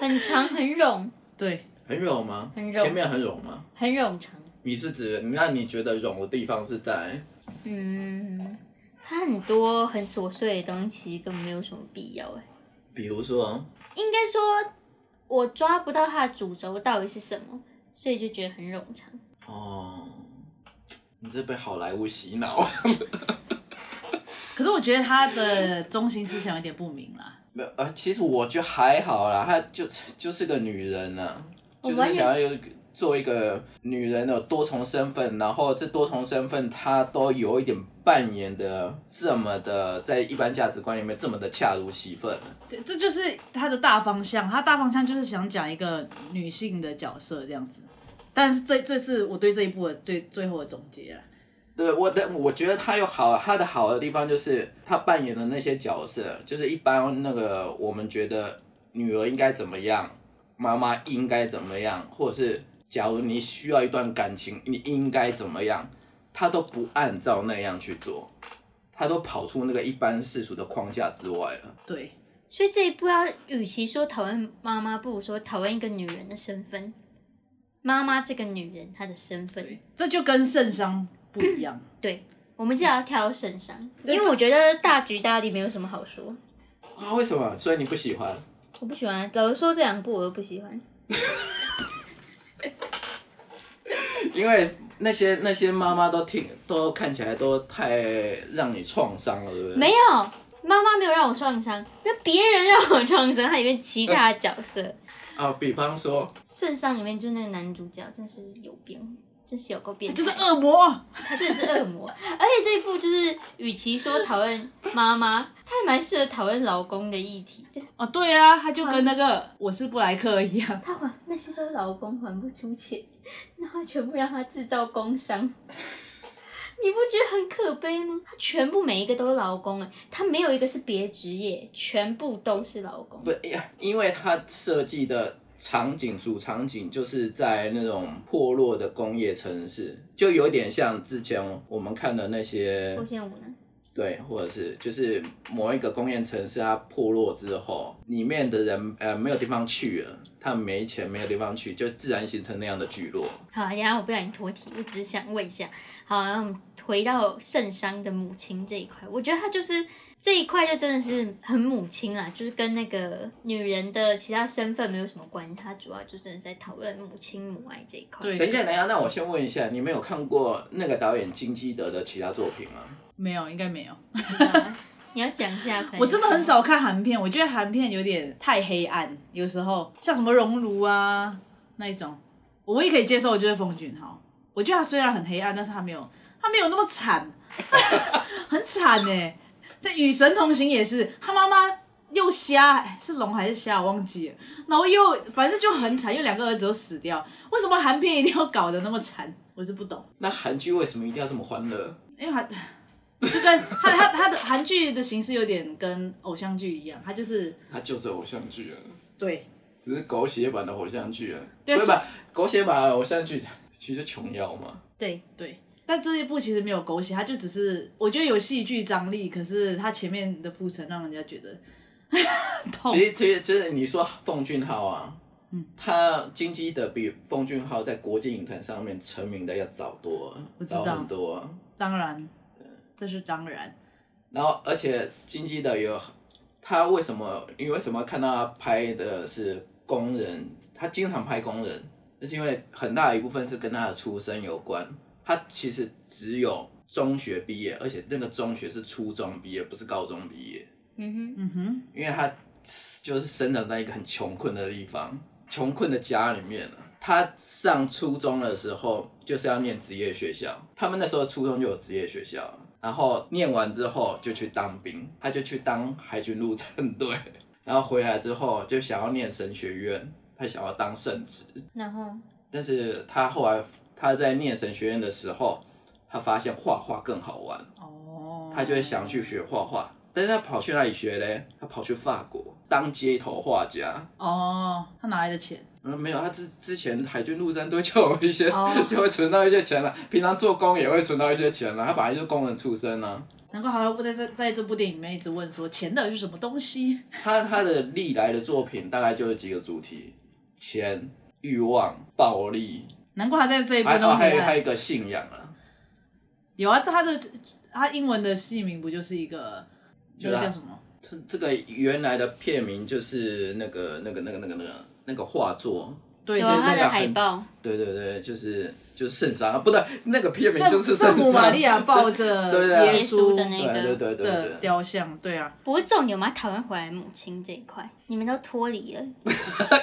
Speaker 1: 很长，很冗，
Speaker 3: <laughs> 对
Speaker 2: 很冗吗？
Speaker 1: 很冗
Speaker 2: 前面很冗吗？
Speaker 1: 很冗长。
Speaker 2: 你是指那你觉得冗的地方是在？
Speaker 1: 嗯，它很多很琐碎的东西根本没有什么必要哎。
Speaker 2: 比如说，
Speaker 1: 应该说，我抓不到它的主轴到底是什么，所以就觉得很冗长。
Speaker 2: 哦，你这被好莱坞洗脑，
Speaker 3: 可是我觉得他的中心思想有点不明啦。
Speaker 2: 没有啊？其实我觉得还好啦，她就就是个女人呐、
Speaker 1: 我
Speaker 2: 就是
Speaker 1: 完全
Speaker 2: 想要有做一个女人的多重身份，然后这多重身份她都有一点扮演的这么的，在一般价值观里面这么的恰如其分。
Speaker 3: 对，这就是他的大方向。他大方向就是想讲一个女性的角色这样子。但是这这是我对这一部的最最后的总结了。
Speaker 2: 对我的，我觉得他有好，他的好的地方就是他扮演的那些角色，就是一般那个我们觉得女儿应该怎么样，妈妈应该怎么样，或者是假如你需要一段感情，你应该怎么样，他都不按照那样去做，他都跑出那个一般世俗的框架之外了。
Speaker 3: 对，
Speaker 1: 所以这一部要，与其说讨论妈妈，不如说讨论一个女人的身份。妈妈这个女人，她的身份，
Speaker 3: 这就跟圣商不一样。
Speaker 1: 对我们就要挑圣上，因为我觉得大局大利没有什么好说。
Speaker 2: 啊，为什么？所以你不喜欢？ <laughs>
Speaker 1: 我不喜欢，老实说这两部我都不喜欢。
Speaker 2: 因为那些那些妈妈都挺都看起来都太让你创伤了，对不对？
Speaker 1: 没有，妈妈没有让我创伤，那别人让我创伤。它里面其他的角色，
Speaker 2: 啊，比方说。
Speaker 1: 圣上里面就那个男主角，真是有病，真是有够变态，
Speaker 3: 哎就是恶魔，
Speaker 1: 他真的是恶魔。而且这一部就是，与其说讨论妈妈，他还蛮适合讨论老公的议题的。
Speaker 3: 哦，对啊，他就跟那个我是布莱克一样，
Speaker 1: 他还那些都是老公还不出钱，然后全部让他制造工伤，你不觉得很可悲吗？他全部每一个都是老公哎，他没有一个是别职业，全部都是老公
Speaker 2: 不。，因因为它设计的场景主场景就是在那种破落的工业城市，就有点像之前我们看的那些
Speaker 1: 郭羡武呢？
Speaker 2: 对，或者是就是某一个工业城市它破落之后，里面的人呃没有地方去了，他们没钱没有地方去，就自然形成那样的聚落。
Speaker 1: 好，然后我不小心脱题，我只是想问一下，好，然后我们回到圣商的母亲这一块，我觉得她就是这一块就真的是很母亲啦，就是跟那个女人的其他身份没有什么关系，她主要就真的在讨论母亲母爱这一块。
Speaker 3: 对
Speaker 2: 等一下，等一下，那我先问一下，你们有看过那个导演金基德的其他作品吗？
Speaker 3: 没有，应该没有。
Speaker 1: 你要讲一下，可能
Speaker 3: 我真的很少看韩片，我觉得韩片有点太黑暗，有时候像什么《熔炉》啊那一种，我唯一可以接受的就是奉俊昊。我觉得他虽然很黑暗，但是他没有他没有那么惨，很惨呢、这《与神同行》也是，他妈妈又瞎，哎是聋还是瞎，我忘记了。然后又反正就很惨，又两个儿子都死掉。为什么韩片一定要搞得那么惨？我是不懂。
Speaker 2: 那韩剧为什么一定要这么欢乐？
Speaker 3: 因为韩就跟他他他的韩剧的形式有点跟偶像剧一样，他就是
Speaker 2: 它就是偶像剧啊。
Speaker 3: 对
Speaker 2: 只是狗血版的偶像剧啊，
Speaker 3: 对
Speaker 2: 不是吧？狗血版的偶像剧其实就琼瑶嘛，
Speaker 1: 对，
Speaker 3: 对。但这一部其实没有狗血，它就只是我觉得有戏剧张力，可是它前面的铺陈让人家觉得痛
Speaker 2: 其。实其实就是你说奉俊昊啊，嗯，他金基德比奉俊昊在国际影坛上面成名的要早多了，
Speaker 3: 我知
Speaker 2: 早
Speaker 3: 道
Speaker 2: 很多啊。
Speaker 3: 当然，这是当然。
Speaker 2: 然后而且金基德有他为什么你为什么看到他拍的是工人？他经常拍工人，那是因为很大一部分是跟他的出身有关。他其实只有中学毕业，而且那个中学是初中毕业，不是高中毕业。
Speaker 1: 嗯哼，
Speaker 3: 嗯哼，
Speaker 2: 因为他就是生长在一个很穷困的地方，穷困的家里面啊他上初中的时候就是要念职业学校，他们那时候初中就有职业学校了，然后念完之后就去当兵，他就去当海军陆战队， <laughs> 然后回来之后就想要念神学院，他想要当圣职，
Speaker 1: 然后
Speaker 2: 但是他后来他在念神学院的时候，他发现画画更好玩，
Speaker 3: 哦，
Speaker 2: 他就会想去学画画，但是他跑去哪里学嘞？他跑去法国当街头画家。
Speaker 3: 哦，他哪来的钱？
Speaker 2: 嗯，没有，他之之前海军陆战队就有一些，
Speaker 3: 哦
Speaker 2: <laughs> 就会存到一些钱了。平常做工也会存到一些钱了。他本来就是工人出身啊。
Speaker 3: 难怪好莱坞在这在这部电影里面一直问说钱到底是什么东西？
Speaker 2: 他他的历来的作品大概就有几个主题：钱、欲望、暴力，
Speaker 3: 难怪他在这一部
Speaker 2: 还
Speaker 3: 那
Speaker 2: 哦
Speaker 3: 么
Speaker 2: 还
Speaker 3: 黑
Speaker 2: 有还
Speaker 3: 暗。
Speaker 2: 有一个信仰啊。
Speaker 3: 有啊，他的它英文的戏名不就是一个那
Speaker 2: 是
Speaker 3: 个
Speaker 2: 啊
Speaker 3: 叫什么？
Speaker 2: 它这个原来的片名就是那个那个那个那个那个那个画作，
Speaker 3: 对
Speaker 1: 有
Speaker 3: 对
Speaker 1: 啊，
Speaker 2: 那
Speaker 1: 它
Speaker 2: 个
Speaker 1: 的
Speaker 2: 很
Speaker 1: 海报，
Speaker 2: 对对对，就是就是圣杀，啊不对，那个片名
Speaker 3: 圣
Speaker 2: 就是
Speaker 3: 圣母玛
Speaker 2: 杀
Speaker 3: 利亚抱着
Speaker 2: 对对啊
Speaker 3: 耶
Speaker 1: 耶稣的
Speaker 2: 对
Speaker 1: 那个。
Speaker 2: 对对对
Speaker 3: 的
Speaker 2: 对，
Speaker 3: 雕像，对啊，
Speaker 1: 不过重点，我们要讨论回来母亲这一块，你们都脱离了，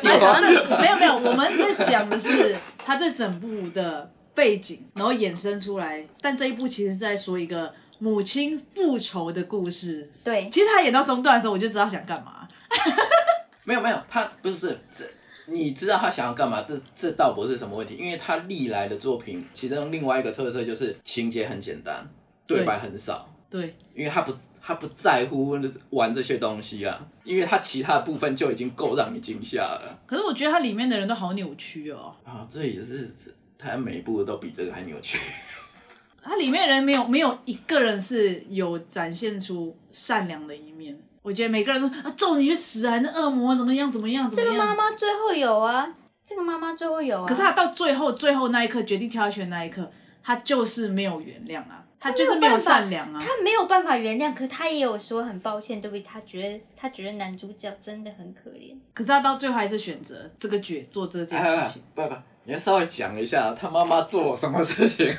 Speaker 3: 没有他 <laughs> 们没有没有，我们在讲的是他这整部的背景，然后衍生出来。但这一部其实是在说一个母亲复仇的故事。
Speaker 1: 对，
Speaker 3: 其实他演到中段的时候，我就知道他想干嘛。
Speaker 2: 没有没有，他不是这。你知道他想要干嘛？这这倒不是什么问题，因为他历来的作品，其中另外一个特色就是情节很简单，对白很少，
Speaker 3: 对，
Speaker 2: 因为他不他不在乎玩这些东西啊，因为他其他的部分就已经够让你惊吓了
Speaker 3: 可是我觉得它里面的人都好扭曲哦。
Speaker 2: 啊！这也是这他每一部都比这个还扭曲。
Speaker 3: 它里面的人没有没有一个人是有展现出善良的一面。我觉得每个人都说啊，咒你去死啊！那恶魔怎么样怎么样怎
Speaker 1: 这
Speaker 3: 么
Speaker 1: 个
Speaker 3: 样？
Speaker 1: 妈妈最后有啊，这个妈妈最后有啊。
Speaker 3: 可是他到最后最后那一刻决定跳下去的那一刻，他就是没有原谅啊，他就是没有善良啊。
Speaker 1: 他没有办法原谅，可他也有说很抱歉，对不起，他觉得他觉得男主角真的很可怜。
Speaker 3: 可是他到最后还是选择这个决做这件
Speaker 2: 哎 <laughs>
Speaker 3: 事情。，
Speaker 2: 爸爸，你要稍微讲一下他妈妈做什么事情？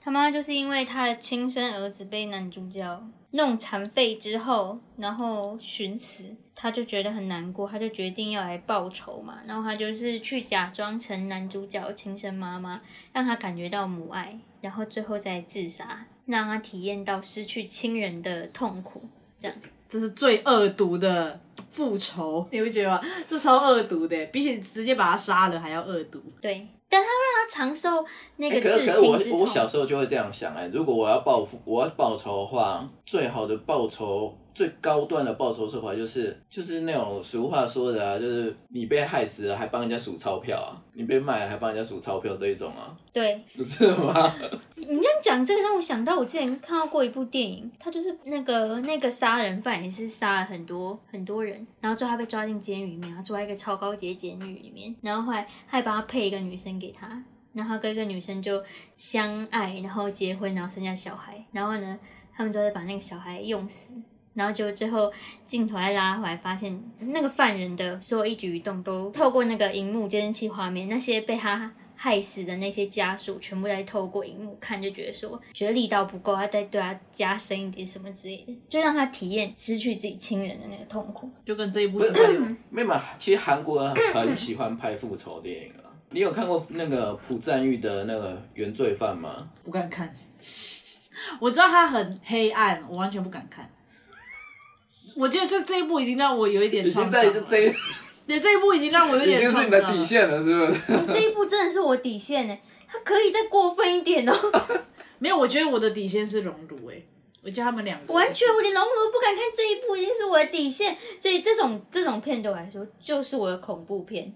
Speaker 1: 他妈就是因为他的亲生儿子被男主角弄残废之后，然后寻死，他就觉得很难过，他就决定要来报仇嘛。然后他就是去假装成男主角亲生妈妈，让他感觉到母爱，然后最后再自杀，让他体验到失去亲人的痛苦。这样，
Speaker 3: 这是最恶毒的复仇， <laughs> 你不觉得吗？这超恶毒的，欸比起直接把他杀了还要恶毒。
Speaker 1: 对，但他会让他尝受那个
Speaker 2: 哎可是
Speaker 1: 至
Speaker 2: 可是
Speaker 1: 亲之
Speaker 2: 我
Speaker 1: 痛。
Speaker 2: 我小时候就会这样想哎、如果我要报复，我要报仇的话，最好的报仇。最高端的报仇手法就是就是那种俗话说的啊，就是你被害死了还帮人家数钞票啊，你被卖了还帮人家数钞票这一种啊，
Speaker 1: 对，
Speaker 2: 不是吗？ <laughs>
Speaker 1: 你这样讲这个让我想到，我之前看到过一部电影，他就是那个那个杀人犯也是杀了很多很多人，然后最后他被抓进监狱里面，他住在一个超高级的监狱里面，然后后来他还帮他配一个女生给他，然后他跟一个女生就相爱，然后结婚，然后生下小孩，然后呢，他们就会把那个小孩用死。然后就最后镜头再拉回来，发现那个犯人的所有一举一动都透过那个荧幕监视器画面，那些被他害死的那些家属全部在透过荧幕看，就觉得说觉得力道不够，要再对他加深一点什么之类的，就让他体验失去自己亲人的那个痛苦。
Speaker 3: 就跟这一部
Speaker 2: 不
Speaker 3: 是
Speaker 2: 是
Speaker 3: 没有，
Speaker 2: 没有嘛，其实韩国人很喜欢拍复仇电影啊。你有看过那个朴赞玉的那个《原罪犯》吗？
Speaker 3: 不敢看。 <laughs> 我知道他很黑暗，我完全不敢看。我觉得这这一部已经让我有一点
Speaker 2: 已经
Speaker 3: 创
Speaker 2: 在
Speaker 3: 伤
Speaker 2: 这
Speaker 3: 了，
Speaker 2: 这一
Speaker 3: 对这一部已经让我有
Speaker 2: 已
Speaker 3: 点
Speaker 2: 经
Speaker 3: 创伤
Speaker 2: 是
Speaker 3: 了。
Speaker 2: 你的底线了，是不 <laughs> 是？
Speaker 1: 哎这一步真的是我底线呢，他可以再过分一点哦，
Speaker 3: 没有，我觉得我的底线是熔炉诶，我觉得他们两个
Speaker 1: 完全我连龙罗不敢看这一部，已经是我的底线。这这种这种片对我来说就是我的恐怖片，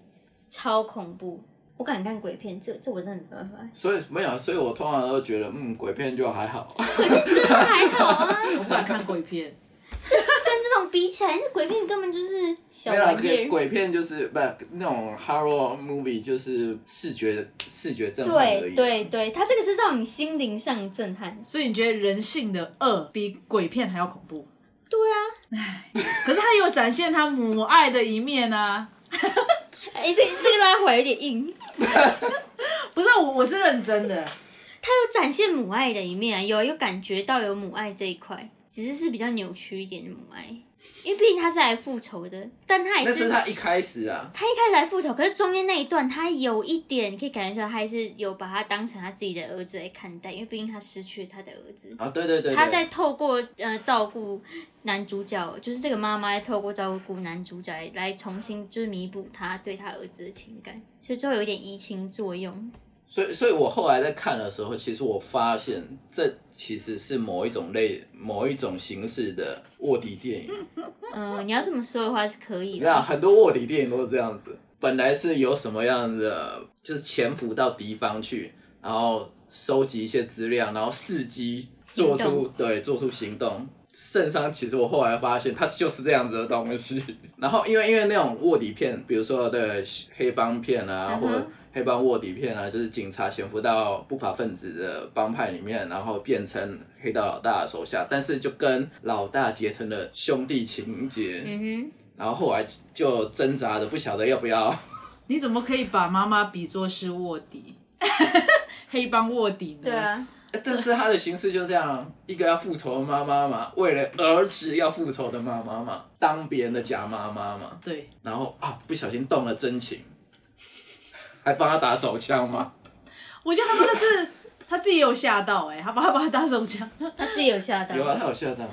Speaker 1: 超恐怖。我敢看鬼片，这这我真的没办法。
Speaker 2: 所以没有啊，所以我通常都觉得，嗯，鬼片就还好。
Speaker 1: 这个还好啊，
Speaker 3: 我不敢看鬼片。
Speaker 1: 跟这种比起来，那鬼片根本就是小
Speaker 2: 没有啊，
Speaker 1: 玩意
Speaker 2: 鬼
Speaker 1: 儿。
Speaker 2: 鬼片就是不是那种 horror movie，就是视觉视觉震撼而
Speaker 1: 对
Speaker 2: 已。
Speaker 1: 对对，它这个是让你心灵上震撼。
Speaker 3: 所以你觉得人性的恶比鬼片还要恐怖？
Speaker 1: 对啊，
Speaker 3: 可是他有展现他母爱的一面啊！
Speaker 1: 哎、这这个拉回来有点硬。
Speaker 3: 不是啊我，我是认真的。
Speaker 1: 它有展现母爱的一面啊，有有感觉到有母爱这一块，只是是比较扭曲一点的母爱，因为毕竟他是来复仇的，但他也
Speaker 2: 那是
Speaker 1: 是
Speaker 2: 他一开始啊，
Speaker 1: 他一开始来复仇，可是中间那一段，他有一点可以感觉出来，他还是有把他当成他自己的儿子来看待，因为毕竟他失去了他的儿子。
Speaker 2: 啊，对对对
Speaker 1: 他
Speaker 2: 对，
Speaker 1: 在透过呃照顾男主角，就是这个妈妈在透过照顾男主角来来重新就是弥补他对他儿子的情感，所以最后有点移情作用。
Speaker 2: 所以所以我后来在看的时候，其实我发现这其实是某一种类、某一种形式的卧底电影。
Speaker 1: 嗯、你要这么说的话是可以
Speaker 2: 你看，
Speaker 1: 的。
Speaker 2: 很多卧底电影都是这样子，本来是有什么样的，就是潜伏到敌方去，然后收集一些资料，然后伺机做
Speaker 1: 行
Speaker 2: 出对做出行动。圣商其实我后来发现，它就是这样子的 <laughs> 东西。然后因为因为那种卧底片，比如说对黑帮片啊，
Speaker 1: 嗯哼
Speaker 2: 或者黑帮卧底片啊，就是警察潜伏到不法分子的帮派里面，然后变成黑道老大的手下，但是就跟老大结成了兄弟情结，
Speaker 6: 嗯
Speaker 2: 然后后来就挣扎的不晓得要不要。 <laughs>
Speaker 3: 你怎么可以把妈妈比作是卧底， <laughs> 黑帮卧底呢？
Speaker 6: 哼，对，啊，
Speaker 2: 但是他的形式就这样，一个要复仇的妈妈嘛，为了儿子要复仇的妈妈嘛，当别人的假妈妈嘛，
Speaker 3: 对，
Speaker 2: 然后啊不小心动了真情， <laughs> 还帮他打手枪嘛，
Speaker 3: 我觉得他真的是他自己有吓到哎、他把他把他打手枪，
Speaker 6: 他自己有吓
Speaker 1: 嗯
Speaker 6: 到，
Speaker 2: 有啊，他有吓到，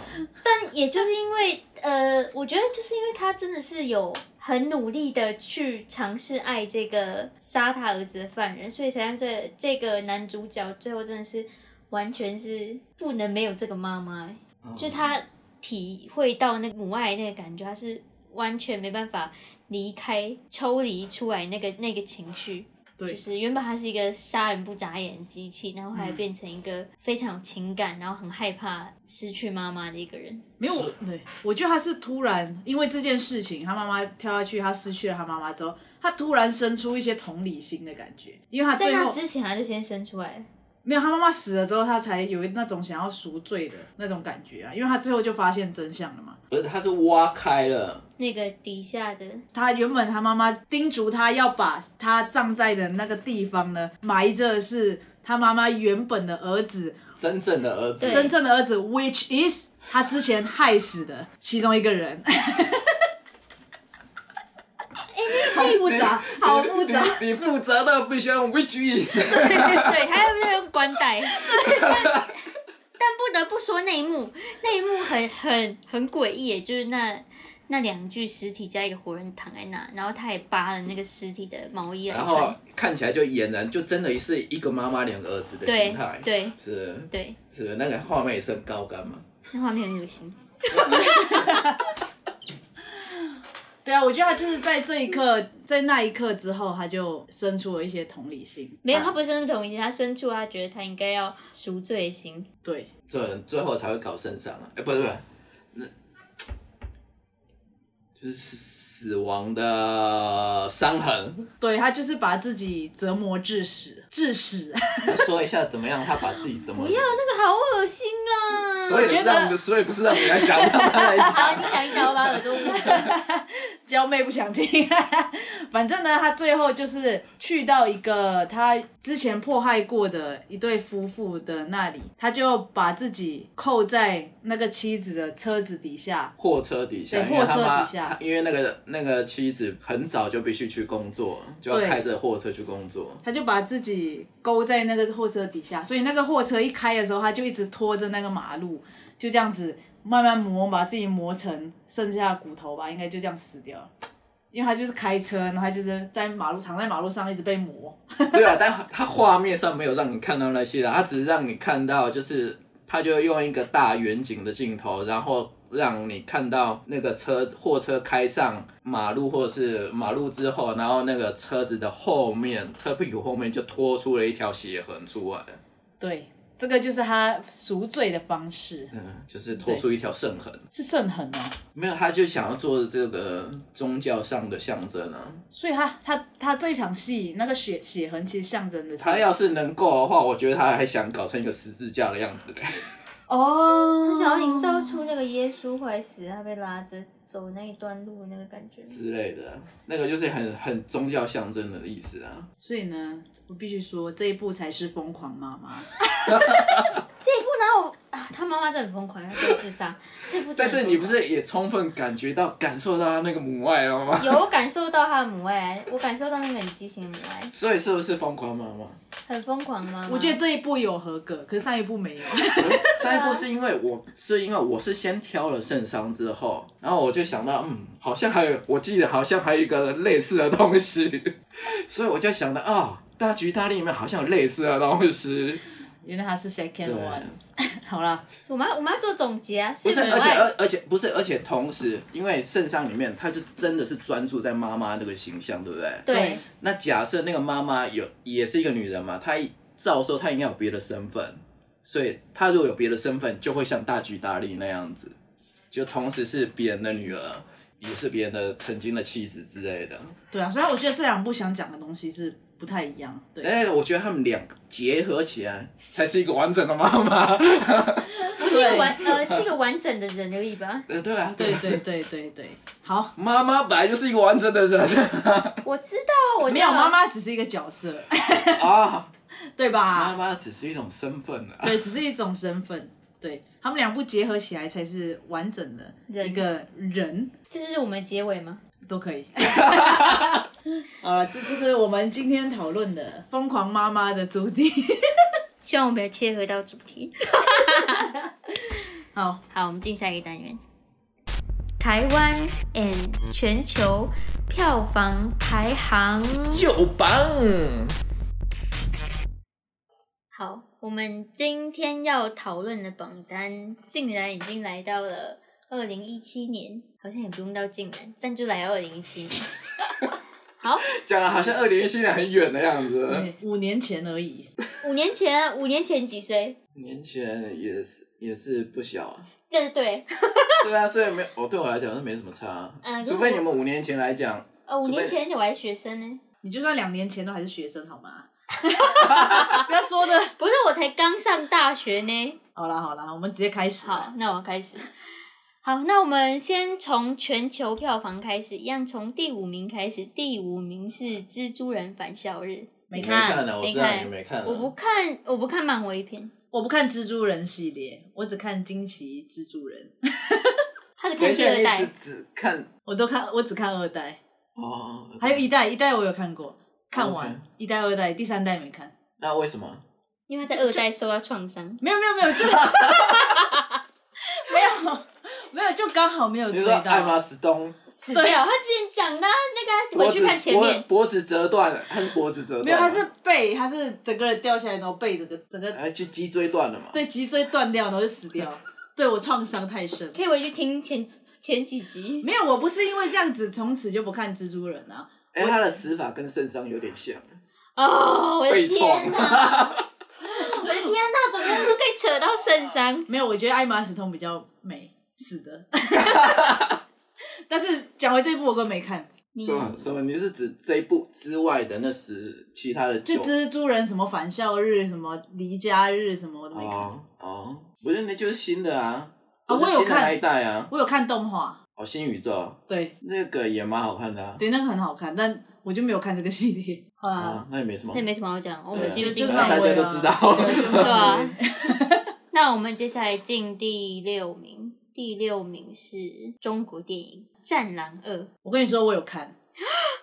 Speaker 1: 但也就是因为，呃，我觉得就是因为他真的是有很努力的去尝试爱这个杀他儿子的犯人，所以才让这这个男主角最后真的是完全是不能没有这个妈妈、欸
Speaker 2: 嗯
Speaker 1: 就是他体会到那个母爱那个感觉，他是完全没办法离开、抽离出来那个那个情绪。
Speaker 3: 对
Speaker 1: 就是原本他是一个杀人不眨眼的机器，然后还变成一个非常有情感，然后很害怕失去妈妈的一个人。
Speaker 3: 没有，我对我觉得他是突然因为这件事情，他妈妈跳下去，他失去了他妈妈之后，他突然生出一些同理心的感觉，因为他
Speaker 1: 啊在
Speaker 3: 最
Speaker 1: 那
Speaker 3: 后
Speaker 1: 之前，他就先生出来了。
Speaker 3: 没有他妈妈死了之后，他才有那种想要赎罪的那种感觉啊，因为他最后就发现真相了嘛。
Speaker 2: 不是他是挖开了，
Speaker 1: 那个底下
Speaker 2: <laughs>
Speaker 1: 的，
Speaker 3: 他原本他妈妈叮嘱他要把他葬在的那个地方呢，埋着是他妈妈原本的儿子，
Speaker 2: 真正的儿子，
Speaker 6: 对
Speaker 3: 真正的儿子，which is 他之前害死的其中一个人。哎好复杂，好复杂。
Speaker 2: 你你负责的必须用 which is，
Speaker 1: 对，他要不要用冠
Speaker 2: <laughs>
Speaker 1: 带？但但不得不说那一幕，那一幕很很很诡异耶，就是那那两具尸体加一个活人躺在那，然后他也扒了那个尸体的毛衣啊来
Speaker 2: 然后
Speaker 1: 穿，
Speaker 2: 看起来就俨然就真的是一个妈妈两个儿子的
Speaker 1: 对
Speaker 2: 心态，
Speaker 1: 对
Speaker 2: 是
Speaker 1: 对，
Speaker 2: 是那个画面也是很高干嘛，
Speaker 1: 那画面很恶心。
Speaker 3: 对啊，我觉得他就是在这一刻，在那一刻之后，他就生出了一些同理心。
Speaker 1: 没有，他不是那么同意，他深处他觉得他应该要赎罪
Speaker 2: <laughs>
Speaker 1: 心。
Speaker 3: 对，
Speaker 2: 这人最后才会搞身上啊！哎、不是不是，那就是死亡的伤痕。
Speaker 3: 对他就是把自己折磨致死，致死。
Speaker 2: 说一下怎么样，他把自己怎么
Speaker 1: 不要哦那个好恶心啊！
Speaker 2: 所以
Speaker 3: 我觉得
Speaker 2: 让所以不是让你来讲，让他来
Speaker 1: 好，
Speaker 3: <laughs>
Speaker 2: 讲。
Speaker 1: 你讲一讲，我把耳朵捂住。
Speaker 3: 娇妹不想听。 <laughs> 反正呢，他最后就是去到一个他之前迫害过的一对夫妇的那里，他就把自己扣在那个妻子的车子底下。
Speaker 2: 货车底下，
Speaker 3: 对
Speaker 2: 因为他
Speaker 3: 货车
Speaker 2: 妈
Speaker 3: 底下，
Speaker 2: 他因为那个那个妻子很早就必须去工作，就要
Speaker 3: 对
Speaker 2: 开着货车去工作。
Speaker 3: 他就把自己勾在那个货车底下，所以那个货车一开的时候，他就一直拖着那个马路，就这样子慢慢磨，把自己磨成剩下的骨头吧，应该就这样死掉了。因为他就是开车，然后他就是在马路躺在马路上一直被磨，
Speaker 2: <laughs> 对啊，但他画面上没有让你看到那些啦，他只是让你看到，就是他就用一个大远景的镜头，然后让你看到那个车货车开上马路或是马路之后，然后那个车子的后面车屁股后面就拖出了一条血痕出来，
Speaker 3: 对，这个就是他赎罪的方式，
Speaker 2: 嗯，就是拖出一条圣痕。
Speaker 3: 是圣痕哦。
Speaker 2: 没有，他就想要做这个宗教上的象征啊。
Speaker 3: 所以他他他这一场戏那个血血痕其实象征的是
Speaker 2: 他要是能够的话，我觉得他还想搞成一个十字架的样子嘞。
Speaker 3: 哦，
Speaker 6: 他想要营造出那个耶稣快死，他被拉着走那一段路那个感觉。
Speaker 2: 之类的，那个就是很很宗教象征的意思啊。
Speaker 3: 所以呢，我必须说这一部才是疯狂妈
Speaker 2: 啊
Speaker 3: 妈。
Speaker 1: 这一部哪有啊？他妈妈真的很疯狂，要做自杀。这部真的
Speaker 2: 但是
Speaker 1: 很
Speaker 2: 你
Speaker 1: 疯
Speaker 2: 不
Speaker 1: 狂
Speaker 2: 是也充分感觉到、感受到他那个母爱了吗？
Speaker 1: 有感受到他的母爱，我感受到那个很畸形的母爱，
Speaker 2: <laughs> 所以是不是疯狂妈妈？
Speaker 1: 很疯狂吗？
Speaker 3: 我觉得这一部有合格，可是上一
Speaker 2: <laughs>
Speaker 3: 部没有。
Speaker 2: 呃上一部是因为我是因为我是先挑了圣伤之后，然后我就想到，嗯，好像还有，我记得好像还有一个类似的东 <laughs> 西，所以我就想到啊、大吉大利里面好像有类似的东西，
Speaker 3: 原来他是 second
Speaker 2: 对，啊
Speaker 3: one。好啦，
Speaker 1: 我们要我们要做总结啊，
Speaker 2: 不
Speaker 1: 是
Speaker 2: 是，
Speaker 1: 母
Speaker 2: 而且呃
Speaker 1: 爱，
Speaker 2: 而而且不是，而且同时，因为圣伤里面，他就真的是专注在妈妈这个形象，对不对？
Speaker 1: 对，
Speaker 2: 那假设那个妈妈有也是一个女人嘛，她一照说她应该有别的身份，所以她如果有别的身份，就会像大吉大利那样子，就同时是别人的女儿，也是别人的曾经的妻子之类的。
Speaker 3: 对啊，所以我觉得这两部想讲的东西是不太一样。对，
Speaker 2: 哎、我觉得他们两个结合起来才是一个完整的妈
Speaker 3: <laughs>
Speaker 2: 妈。
Speaker 5: 是一个完呃是一个完整的人而已吧。
Speaker 2: 呃，对啊，
Speaker 3: 对
Speaker 2: 啊
Speaker 3: 对对对对，好，
Speaker 2: 妈妈本来就是一个完整的
Speaker 3: <laughs>
Speaker 2: 人
Speaker 5: 我知道，我知
Speaker 3: 没
Speaker 5: 道
Speaker 3: 有妈，妈只是一个角色， <laughs>
Speaker 2: 啊，
Speaker 3: 对
Speaker 2: 妈
Speaker 3: 吧？
Speaker 2: 妈只是一种身份
Speaker 3: <laughs>
Speaker 2: 啊。
Speaker 3: 对，只是一种身份。对他们两部结合起来才是完整的
Speaker 5: 人
Speaker 3: 一个人，
Speaker 5: 这就是我们结尾吗？
Speaker 3: 都可以。 <laughs> 好了，这就是我们今天讨论的《疯狂妈妈》的主题。
Speaker 1: 希望我没有切合到主题。
Speaker 3: <laughs> 好，
Speaker 1: 好，我们进下一个单元。
Speaker 5: 台湾 and 全球票房排行。
Speaker 4: 就棒！
Speaker 1: 好，我们今天要讨论的榜单竟然已经来到了二零一七年，好像也不用到竟然，但就来到二零一七年。
Speaker 2: 讲的好像二零一七年很远的样子。
Speaker 3: 对嗯五年前而已，
Speaker 1: 五年前啊，五年前几岁？
Speaker 2: 年前也是也是不小啊。
Speaker 1: 对对，
Speaker 2: 对啊，所以没我对我来讲是没什么差啊、
Speaker 1: 嗯
Speaker 2: 除非你们五年前来讲，
Speaker 1: 呃，五
Speaker 2: 除非
Speaker 1: 年前我还学生呢，
Speaker 3: 你就算两年前都还是学生好 <laughs> 吗？不要说的。
Speaker 1: 不是我才刚上大学呢。
Speaker 3: 好啦好啦，我们直接开始啦。
Speaker 1: 好，那我开始。好，那我们先从全球票房开始，一样从第五名开始。第五名是《蜘蛛人返校日》，
Speaker 2: 你
Speaker 3: 没看
Speaker 2: 看呢、我
Speaker 1: 没
Speaker 2: 知道
Speaker 1: 看
Speaker 2: 你没看、啊，
Speaker 1: 我不看，我不看漫威片，
Speaker 3: 我不看蜘蛛人系列，我只看惊奇蜘蛛人，
Speaker 1: 他是
Speaker 2: 等
Speaker 1: 看
Speaker 2: 一
Speaker 1: 第
Speaker 2: 下
Speaker 1: 二
Speaker 2: 你
Speaker 1: 代
Speaker 2: 只。只看
Speaker 3: 我都看，我只看二代，
Speaker 2: 哦，
Speaker 3: 还有一代，一代我有看过，看完
Speaker 2: OK
Speaker 3: 一代、二代，第三代没看，
Speaker 2: 那为什么？
Speaker 1: 因为他在二代受到创伤，
Speaker 3: 没有没有没有，就没有没有，就刚好没有
Speaker 2: 你
Speaker 3: 追
Speaker 2: 说
Speaker 3: 到。
Speaker 2: 艾玛史东
Speaker 1: 死掉。他之前讲的啊那个啊，
Speaker 2: 脖
Speaker 1: 回
Speaker 2: 子
Speaker 1: 去看前面
Speaker 2: 脖，脖子折断了，他是脖子折断了，
Speaker 3: 没有，他是背，他是整个人掉下来，然后背整个整个
Speaker 2: 哎，去脊椎断了嘛？
Speaker 3: 对脊椎断掉，然后就死掉。对我创伤太深，
Speaker 1: 可以回去听前前几
Speaker 2: <laughs>
Speaker 1: 集。
Speaker 3: 没有，我不是因为这样子，从此就不看蜘蛛人啊。
Speaker 2: 哎，他的死法跟圣伤有点像，
Speaker 1: 哦，我的
Speaker 2: 被撞
Speaker 1: 天
Speaker 2: <laughs>
Speaker 1: 哪！我的天哪，怎么样都可以扯到圣伤。
Speaker 3: 没有，我觉得艾玛史通比较美，是的。 <laughs> 但是讲回这一部，我根本没看。你
Speaker 2: 什么什么？你是指这一部之外的那十其他的
Speaker 3: 就
Speaker 2: 九？
Speaker 3: 蜘蛛人什么返校日、什么离家日什么，我都没看。
Speaker 2: 哦哦，不是，那就是新的啊，
Speaker 3: 啊
Speaker 2: 不是
Speaker 3: 我有
Speaker 2: 新的
Speaker 3: 看
Speaker 2: 那一代啊，
Speaker 3: 我有看动画，
Speaker 2: 哦，新宇宙
Speaker 3: 对
Speaker 2: 那个也蛮好看的啊。
Speaker 3: 对，那个很好看，但我就没有看这个系列。
Speaker 1: 好啦，
Speaker 2: 啊，那也没什么
Speaker 1: 那，没什么好讲，我
Speaker 2: 对
Speaker 1: 们
Speaker 2: 啊
Speaker 1: 进入
Speaker 2: 就
Speaker 1: 进
Speaker 2: 是
Speaker 1: 入
Speaker 2: 这样
Speaker 1: 下一
Speaker 2: 大
Speaker 1: 个
Speaker 2: 家都知道
Speaker 1: 对
Speaker 2: <laughs>
Speaker 3: 对
Speaker 1: 啊，那我们接下来进第六名，第六名是中国电影《战狼二》，
Speaker 3: <laughs> 我跟你说，我有
Speaker 2: <laughs>
Speaker 3: 看，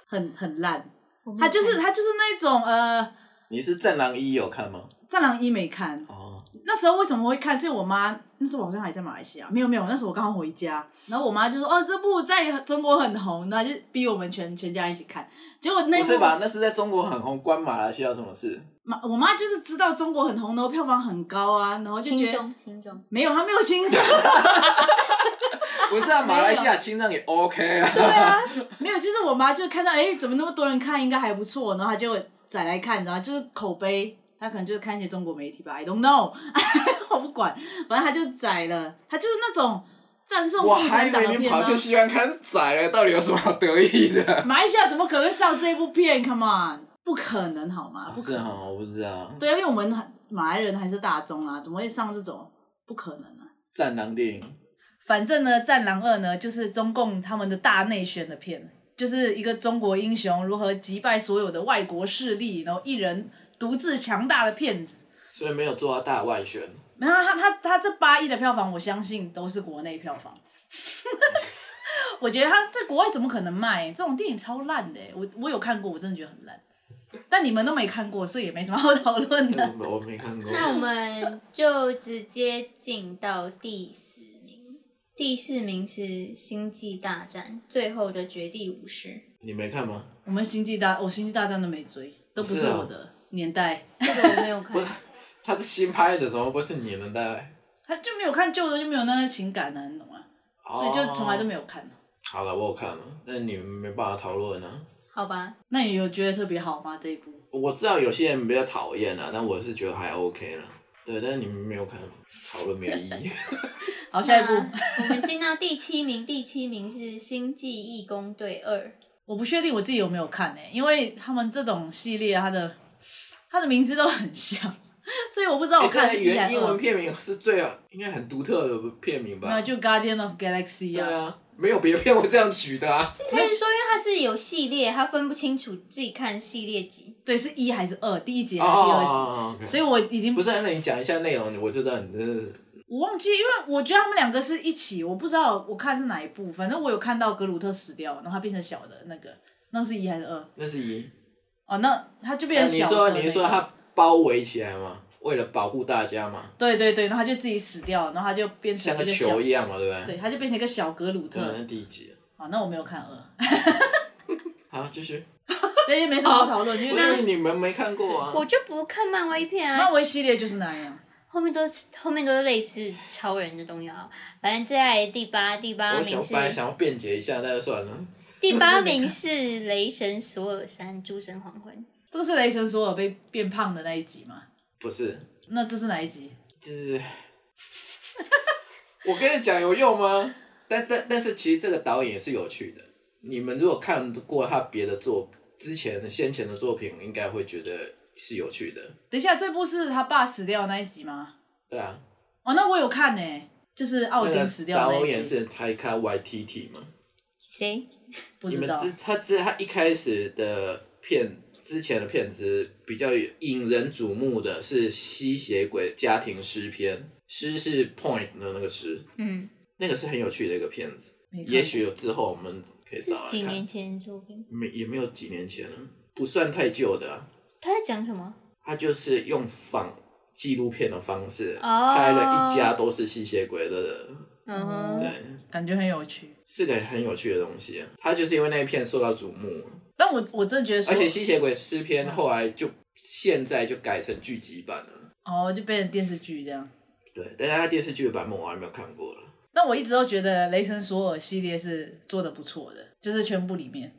Speaker 3: 很很烂。
Speaker 1: 嗯
Speaker 3: 他就是他就是那种呃，《
Speaker 2: 你是《战狼一》有看吗？
Speaker 3: 战狼一》没看，
Speaker 2: 哦，
Speaker 3: 那时候为什么会看？是因为我妈那时候我好像还在马来西亚，没有没有，那时候我刚好回家，然后我妈就说：“哦，这部在中国很红的，就逼我们全全家一起看。”结果那
Speaker 2: 不
Speaker 3: 一
Speaker 2: 是
Speaker 3: 部
Speaker 2: 吧？那是在中国很红，关马来西亚什么事？
Speaker 3: 妈，我妈就是知道中国很红，然后票房很高啊，然后就
Speaker 1: 轻
Speaker 3: 觉得
Speaker 1: 重轻
Speaker 3: <laughs>
Speaker 1: 重，
Speaker 3: 没有，她没有轻重，
Speaker 2: 不
Speaker 3: <laughs>
Speaker 2: 是啊，马来西亚青藏也 OK 啊。
Speaker 3: 没有，就是我妈就看到哎、诶怎么那么多人看，应该还不错，然后她就载来看，然后就是口碑，她可能就是看一些中国媒体吧，I don't know，我 <laughs> 不管，反正她就载了，她就是那种战胜
Speaker 2: 我
Speaker 3: 共
Speaker 2: 还
Speaker 3: 产
Speaker 2: 以
Speaker 3: 党的
Speaker 2: 为你
Speaker 3: 片
Speaker 2: 跑
Speaker 3: 啊
Speaker 2: 去。西安看宰了，到底有什么好得意
Speaker 3: <laughs>
Speaker 2: 的？
Speaker 3: 马来西亚怎么可能会上这部片？Come on，不可能好吗？啊不可
Speaker 2: 是哈，我不知道。
Speaker 3: 对，因为我们马来人还是大众啊，怎么会上这种？不可能啊！
Speaker 2: 战狼电影，
Speaker 3: 反正呢，《战狼二》呢，就是中共他们的大内宣的片，就是一个中国英雄如何击败所有的外国势力，然后一人独自强大的骗子。
Speaker 2: 所以没有做到大外宣。
Speaker 3: 没有啊他他他这八亿的票房，我相信都是国内票房。 <laughs> 我觉得他在国外怎么可能卖这种电影超烂的欸、我我有看过，我真的觉得很烂。但你们都没看过，所以也没什么好讨论的。
Speaker 2: 我没看过。
Speaker 1: 那我们就直接进到第四名，第四名是《星际大战：最后的绝地武士》。
Speaker 2: 你没看吗？
Speaker 3: 我们星际大，我哦星际大战都没追，都不是
Speaker 2: 是啊
Speaker 3: 我的年代，
Speaker 1: 这个我没有看，
Speaker 2: 它是新拍的，怎么不是你能带？
Speaker 3: 他就没有看旧的，就没有那个情感呢、啊你懂吗？所以就从来都没
Speaker 2: 有。
Speaker 3: 有看。
Speaker 2: 哦好了，我有看了，那你们没办法讨论啊。
Speaker 1: 好吧，
Speaker 3: 那你有觉得特别好吗？这一部？
Speaker 2: 我知道有些人比较讨厌啊，但我是觉得还 OK 了。对，但是你们没有看，讨论没有意义。
Speaker 3: 好，下一部
Speaker 1: 那我们进到第七名，第七名是《星际义工队二》。
Speaker 3: 我不确定我自己有没有看呢、因为他们这种系列，它的它的名字都很像， <laughs> 所以我不知道我
Speaker 2: 欸
Speaker 3: 看
Speaker 2: 这
Speaker 3: 的
Speaker 2: 个
Speaker 3: 是一还
Speaker 2: 原
Speaker 3: 是
Speaker 2: 英文
Speaker 3: 二。
Speaker 2: 片名是最应该很独特的片名
Speaker 3: 没有，
Speaker 2: 吧？
Speaker 3: 就 Guardian of Galaxy
Speaker 2: 对
Speaker 3: 啊，
Speaker 2: 啊，没有别的片会这样取的啊。
Speaker 1: 他是说，因为它是有系列，他分不清楚自己看系列集。
Speaker 3: 对，是一还是二？第一集
Speaker 2: 哦
Speaker 3: 还是第二集？
Speaker 2: 哦哦哦
Speaker 3: 所以我已经
Speaker 2: 不是，那你讲一下内容，我知道你真的是
Speaker 3: 我忘记，因为我觉得他们两个是一起，我不知道我看是哪一部，反正我有看到格鲁特死掉，然后他变成小的那个，那是一还是二？
Speaker 2: 那是一。
Speaker 3: 哦，那他就变
Speaker 2: 那
Speaker 3: 成
Speaker 2: 你
Speaker 3: 小的、
Speaker 2: 说
Speaker 3: 那个
Speaker 2: 你说它包围起来嘛，为了保护大家嘛，
Speaker 3: 对对对，然后他就自己死掉，然后他就变成
Speaker 2: 像
Speaker 3: 一
Speaker 2: 个
Speaker 3: 小，
Speaker 2: 球一样嘛，对不对？
Speaker 3: 对，他就变成一个小格鲁特。
Speaker 2: 对，那第一集。
Speaker 3: 好，那我没有看二，
Speaker 2: 好，继续。
Speaker 3: 但也没什么好讨论，因为
Speaker 2: 不
Speaker 3: 那
Speaker 2: 哦是你们没看过啊？
Speaker 1: 我就不看漫威片啊，
Speaker 3: 漫威系列就是那样。
Speaker 1: 后面都是后面都是类似超人的东西啊。反正接下来第八第八
Speaker 2: 我
Speaker 1: 名
Speaker 2: 想本来
Speaker 1: 是
Speaker 2: 想要辩解一下，但是算了。
Speaker 1: 第八名是雷神索尔三诸神黄昏，
Speaker 3: 这个是雷神索尔被变胖的那一集嘛？
Speaker 2: 不是，
Speaker 3: 那这是哪一集？
Speaker 2: 就是我跟你讲有用吗？但但但是其实这个导演也是有趣的。你们如果看过他别的作之前的先前的作品，应该会觉得是有趣的。
Speaker 3: 等一下，这部是他爸死掉的那一集吗？
Speaker 2: 对啊，
Speaker 3: 哦，那我有看呢、就是奥
Speaker 2: 那个
Speaker 3: 丁死掉的
Speaker 2: 导
Speaker 3: 那
Speaker 2: 演
Speaker 3: 一集，
Speaker 2: 是他一看 YTT 嘛？
Speaker 1: 谁？
Speaker 3: 不
Speaker 2: 你
Speaker 3: 知
Speaker 2: 们
Speaker 3: 道
Speaker 2: 知。他知他一开始的片之前的片子比较引人瞩目的是吸血鬼家庭诗篇，诗是 point 的那个诗，
Speaker 1: 嗯，
Speaker 2: 那个是很有趣的一个片子。
Speaker 3: 没看
Speaker 2: 也许有之后我们可以
Speaker 1: 是
Speaker 2: 找来
Speaker 1: 几
Speaker 2: 看
Speaker 1: 年，前的作品。
Speaker 2: 没也没有几年前了，不算太旧的啊、
Speaker 1: 他在讲什么？
Speaker 2: 他就是用仿纪录片的方式、
Speaker 1: 哦
Speaker 2: 拍了一家都是吸血鬼的人，
Speaker 1: 嗯
Speaker 3: 哦
Speaker 1: 哼，
Speaker 2: 对，
Speaker 3: 感觉很有趣。
Speaker 2: 是个很有趣的东西、啊。他就是因为那一片受到瞩目，
Speaker 3: 但我我真的觉得说，
Speaker 2: 而且吸血鬼诗篇后来就现在就改成剧集版了。
Speaker 3: 哦，就变成电视剧这样。
Speaker 2: 对，但是他电视剧的版本我还没有看过了。 <laughs>
Speaker 3: 但我一直都觉得《雷神索尔》系列是做的不错的，就是全部里面。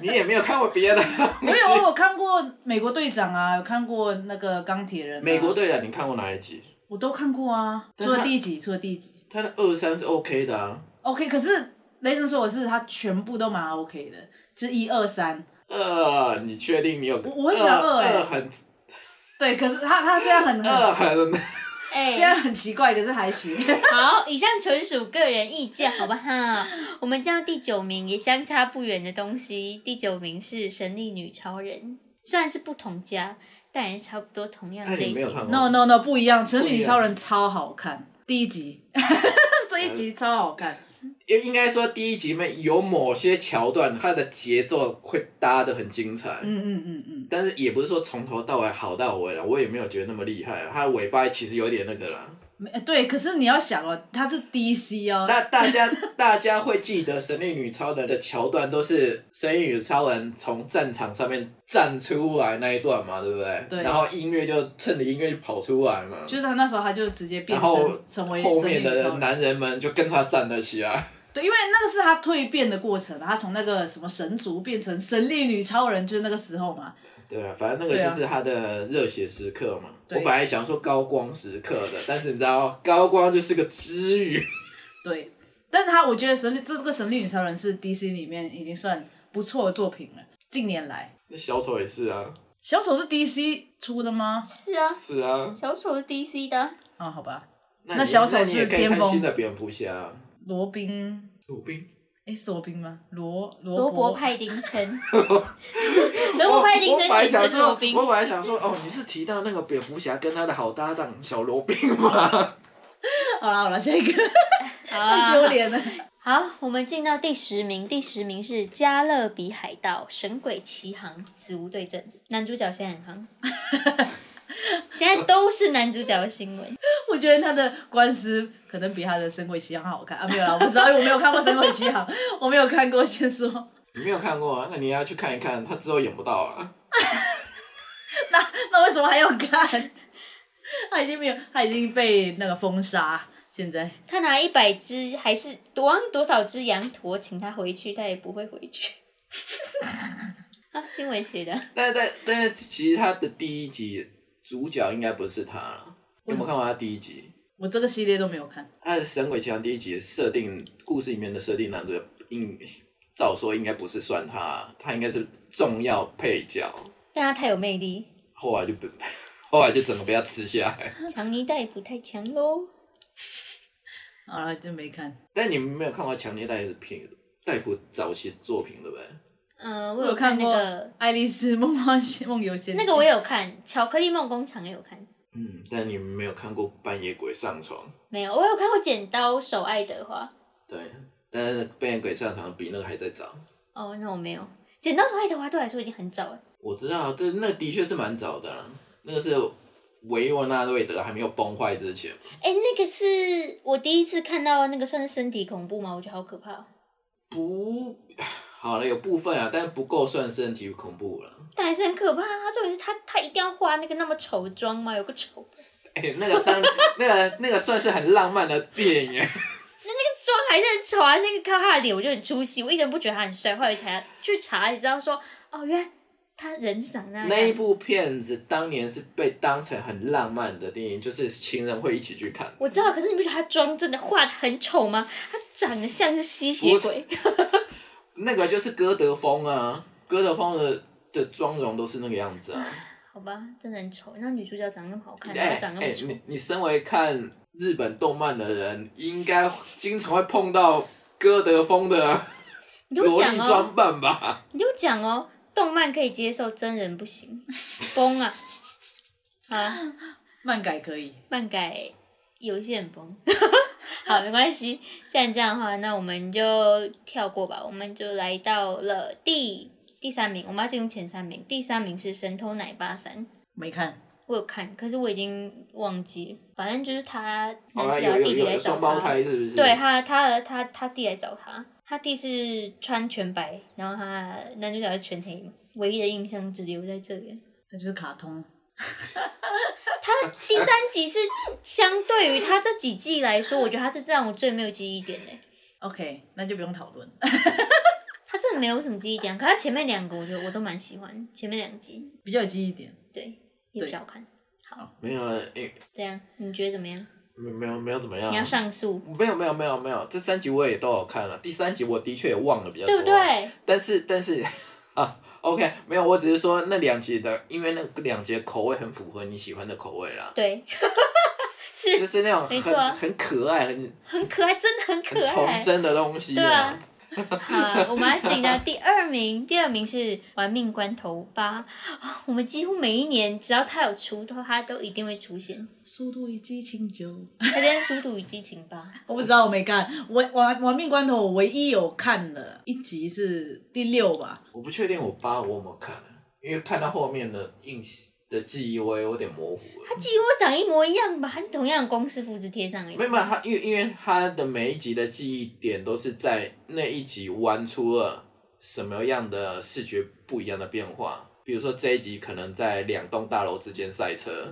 Speaker 2: 你也没有看过别的东
Speaker 3: 没
Speaker 2: 西？
Speaker 3: 哦有，我看过《美国队长》啊，有看过那个钢铁人、啊
Speaker 2: 美国，队长，你看过哪一集？
Speaker 3: 我都看过啊，
Speaker 2: 但
Speaker 3: 除
Speaker 2: 他
Speaker 3: 了第一集，除了第一集。
Speaker 2: 他的二三是 OK 的啊，
Speaker 3: OK，可是《雷神索尔》是他全部都蛮 OK 的，就是一二三。
Speaker 2: 二，呃你确定你有？
Speaker 3: 我我会想二欸
Speaker 2: 二很
Speaker 3: 对，可是他他虽然很很
Speaker 2: 二很
Speaker 1: 哎、
Speaker 3: 虽然很奇怪，可是还行。
Speaker 2: 哦
Speaker 1: 好，以上纯属个人意见，好不 <laughs> 好？我们叫第九名也相差不远的东西，第九名是神力女超人，虽然是不同家，但也是差不多同样
Speaker 2: 那
Speaker 1: 的
Speaker 2: 你
Speaker 1: 类
Speaker 2: 没有
Speaker 1: 型。
Speaker 2: 看过
Speaker 3: <laughs> No No No，不一样，《神
Speaker 2: 不一
Speaker 3: 女
Speaker 2: 样
Speaker 3: 超人》超好看，第一集， <laughs> 这一集超好看。
Speaker 2: 也应该说第一集面有某些桥段，它的节奏会搭的很精彩。
Speaker 3: 嗯嗯嗯嗯，
Speaker 2: 但是也不是说从头到尾好到尾了，我也没有觉得那么厉害啦。啊它的尾巴其实有点那个啦。
Speaker 3: 没对，可是你要想哦，它是 DC 哦，
Speaker 2: 大大
Speaker 3: <laughs>
Speaker 2: 家大家会记得神力女超人的桥段都是神力女超人从战场上面站出来那一段嘛，对不对？
Speaker 3: 对
Speaker 2: 然后音乐就趁着音乐就跑出来嘛。
Speaker 3: 就是他那时候他就直接变
Speaker 2: 然后
Speaker 3: 身成为
Speaker 2: 后
Speaker 3: 神
Speaker 2: 面
Speaker 3: 女
Speaker 2: 的
Speaker 3: 超人。
Speaker 2: 男人们就跟他站了起来。
Speaker 3: 对，因为那个是他蜕变的过程，啊他从那个什么神族变成神力女超人，就是那个时候嘛。
Speaker 2: 对啊，反正那个
Speaker 3: 对啊
Speaker 2: 就是他的热血时刻嘛。
Speaker 3: 对
Speaker 2: 我本来想说高光时刻的，但是你知道，高光就是个之语。
Speaker 3: 对，但他我觉得神力这这个神力女超人是 DC 里面已经算不错的作品了，近年来。
Speaker 2: 那小丑也是啊，
Speaker 3: 小丑是 DC 出的吗？
Speaker 1: 是啊，
Speaker 2: 是啊。
Speaker 1: 小丑是 DC 的啊，
Speaker 3: 啊、好吧，
Speaker 2: 那
Speaker 3: 那
Speaker 2: 你
Speaker 3: 小丑
Speaker 2: 你也
Speaker 3: 是
Speaker 2: 可以
Speaker 3: 巅
Speaker 2: 看
Speaker 3: 峰
Speaker 2: 新的蝙蝠侠啊、
Speaker 3: 罗宾，
Speaker 2: 鲁宾。
Speaker 3: 诶，是罗宾吗？罗罗
Speaker 1: 罗伯
Speaker 3: 伯
Speaker 1: 派丁
Speaker 2: <laughs>
Speaker 1: 森， <laughs> 罗伯派丁
Speaker 2: 哦我我本来
Speaker 1: 森
Speaker 2: 想
Speaker 1: 简直是
Speaker 2: 说，
Speaker 1: 罗宾。
Speaker 2: 我本来想说，哦，你是提到那个蝙蝠侠跟他的好搭档小罗宾吗？ <laughs>
Speaker 3: 好啦好啦，下一个
Speaker 1: 好
Speaker 3: 太
Speaker 1: 啊
Speaker 3: 丢脸了。 <laughs>
Speaker 1: 好，我们进到第十名，第十名是《加勒比海盗：神鬼奇航》，死无对证，男主角现在很夯， <laughs> 现在都是男主角的新闻。
Speaker 3: 我觉得他的官司可能比他的《神鬼奇航》好看啊，没有啦，我不知道，因为我没有看过《神鬼奇航》，我没有看过，先说。
Speaker 2: 你没有看过啊？那你要去看一看，他之后演不到啊。
Speaker 3: 那那为什么还要看？他已经没有，他已经被那个封杀，现在
Speaker 1: 他拿一百只还是多忘多少只羊驼请他回去，他也不会回去。 <laughs> 啊，新闻写的，
Speaker 2: 但但但是，其实他的第一集主角应该不是他了。你有没有看过他第一集？
Speaker 3: 我这个系列都没有看。
Speaker 2: 他的《神鬼奇航》第一集设定故事里面的设定男主角应照说应该不是算他，他应该是重要配角。
Speaker 1: 但他太有魅力，
Speaker 2: 后来就被， <laughs> 后来就整个被他吃下来。
Speaker 1: 强尼戴普太强喽。
Speaker 3: 好了，就没看。
Speaker 2: 但你们没有看过强烈戴普片，戴普早期的作品对不对？
Speaker 1: 嗯、呃，
Speaker 3: 我
Speaker 1: 我
Speaker 3: 有
Speaker 1: 有
Speaker 3: 看
Speaker 1: 看
Speaker 3: 过
Speaker 1: 那
Speaker 3: 《
Speaker 1: 个，
Speaker 3: 爱丽丝梦冒险梦游仙
Speaker 1: 那
Speaker 3: 境》，
Speaker 1: 个我也有看，《巧克力梦工厂》也有看，
Speaker 2: 嗯，但你们没有看过《半夜鬼上床》。
Speaker 1: 没有，我有看过《剪刀手爱德华》。
Speaker 2: 对，但是《半夜鬼上床》比那个还在早。
Speaker 1: 哦，那我没有，《剪刀手爱德华》对我来说已经很早了。
Speaker 2: 我知道，对，那的确是蛮早的啦。那个是维沃纳瑞德还没有崩坏之前。
Speaker 1: 哎、那个是我第一次看到那个算是身体恐怖吗？我觉得好可怕哦、
Speaker 2: 不，好了，有部分啊，但不够算身体恐怖了。 <laughs>
Speaker 1: 但还是很可怕啊！重点是他他一定要化那个那么丑的妆吗？有个丑
Speaker 2: 哎、那个当那个那个算是很浪漫的
Speaker 1: <laughs>
Speaker 2: 电影，
Speaker 1: 妆还是很丑啊！那个看他的脸我就很出戏，我一点都不觉得他很帅。后来才啊去查才知道说，哦，原来他人是长那样。
Speaker 2: 那一部片子当年是被当成很浪漫的电影，就是情人会一起去看。
Speaker 1: 我知道，可是你不觉得他妆真的画的很丑吗？他长得像是吸血鬼。
Speaker 2: 那个就是歌德风啊，歌德风的的妆容都是那个样子啊。
Speaker 1: <laughs> 好吧，真的很丑。那女主角长那么好看，然
Speaker 2: 哎
Speaker 1: 后长那
Speaker 2: 哎
Speaker 1: 么丑，
Speaker 2: 你你身为看日本动漫的人，应该经常会碰到歌德风的
Speaker 1: 你就
Speaker 2: 萝
Speaker 1: 讲
Speaker 2: 莉
Speaker 1: 哦，
Speaker 2: 装扮吧？
Speaker 1: 你就讲哦，动漫可以接受，真人不行，崩啊！啊。
Speaker 3: 漫改可以。
Speaker 1: 漫改有一些很崩。 <laughs> 好，没关系。既然这样的话，那我们就跳过吧。我们就来到了第第三名，我们要进入前三名。第三名是《神偷奶爸三》，
Speaker 3: 没看，
Speaker 1: 我有看，可是我已经忘记了。反正就是他
Speaker 2: 好
Speaker 1: 男主角的
Speaker 2: 了，有有
Speaker 1: 弟弟
Speaker 2: 有
Speaker 1: 来
Speaker 2: 有
Speaker 1: 找
Speaker 2: 双胞
Speaker 1: 他，
Speaker 2: 胎是不是？
Speaker 1: 对他他的他他弟来找他，他弟是穿全白，然后他男主角是全黑嘛。唯一的印象只留在这里。
Speaker 3: 那就是卡通。
Speaker 2: 啊
Speaker 1: 他第三集是相对于他这几季来说，我觉得他是让我最没有记忆点的。
Speaker 3: OK，那就不用讨论。 <laughs>
Speaker 1: 他真的没有什么记忆点，啊可他前面两个我觉得我都蛮喜欢，前面两集
Speaker 3: 比较有记忆点。
Speaker 1: 对也比较好看。
Speaker 2: 没有，诶
Speaker 1: 这样你觉得怎么样？
Speaker 2: 没没有没有怎么样啊
Speaker 1: 你要。上诉，
Speaker 2: 没有没有没有没有，这三集我也都有看了，第三集我的确也忘了比较多
Speaker 1: 对
Speaker 2: 啊，
Speaker 1: 不对？
Speaker 2: 但是但是啊，OK，没有，我只是说那两集的，因为那两集的口味很符合你喜欢的口味啦，
Speaker 1: 对，
Speaker 2: 就是是那种
Speaker 1: 没
Speaker 2: 很
Speaker 1: 错啊
Speaker 2: 很可爱、很
Speaker 1: 很可爱，真的很
Speaker 2: 很
Speaker 1: 可
Speaker 2: 童
Speaker 1: 爱。
Speaker 2: 真的东西
Speaker 1: 对啊。好，我们来进到第二名，第二名是《玩命关头八》 <laughs> 我们几乎每一年只要他有出，都他都一定会出现。
Speaker 3: 速度与激情九， <laughs>
Speaker 1: 他跟《速度与激情八》
Speaker 3: 我不知道，我没看。我玩玩命关头，我唯一有看的一集是第六吧，
Speaker 2: 我不确定我八我有没有看，因为看到后面的印的记忆我也有点模糊了。
Speaker 1: 几乎长一模一样吧，还是同样的公式复制贴上而已。
Speaker 2: 没有，没有他因为因为他的每一集的记忆点都是在那一集玩出了什么样的视觉不一样的变化。比如说这一集可能在两栋大楼之间赛车，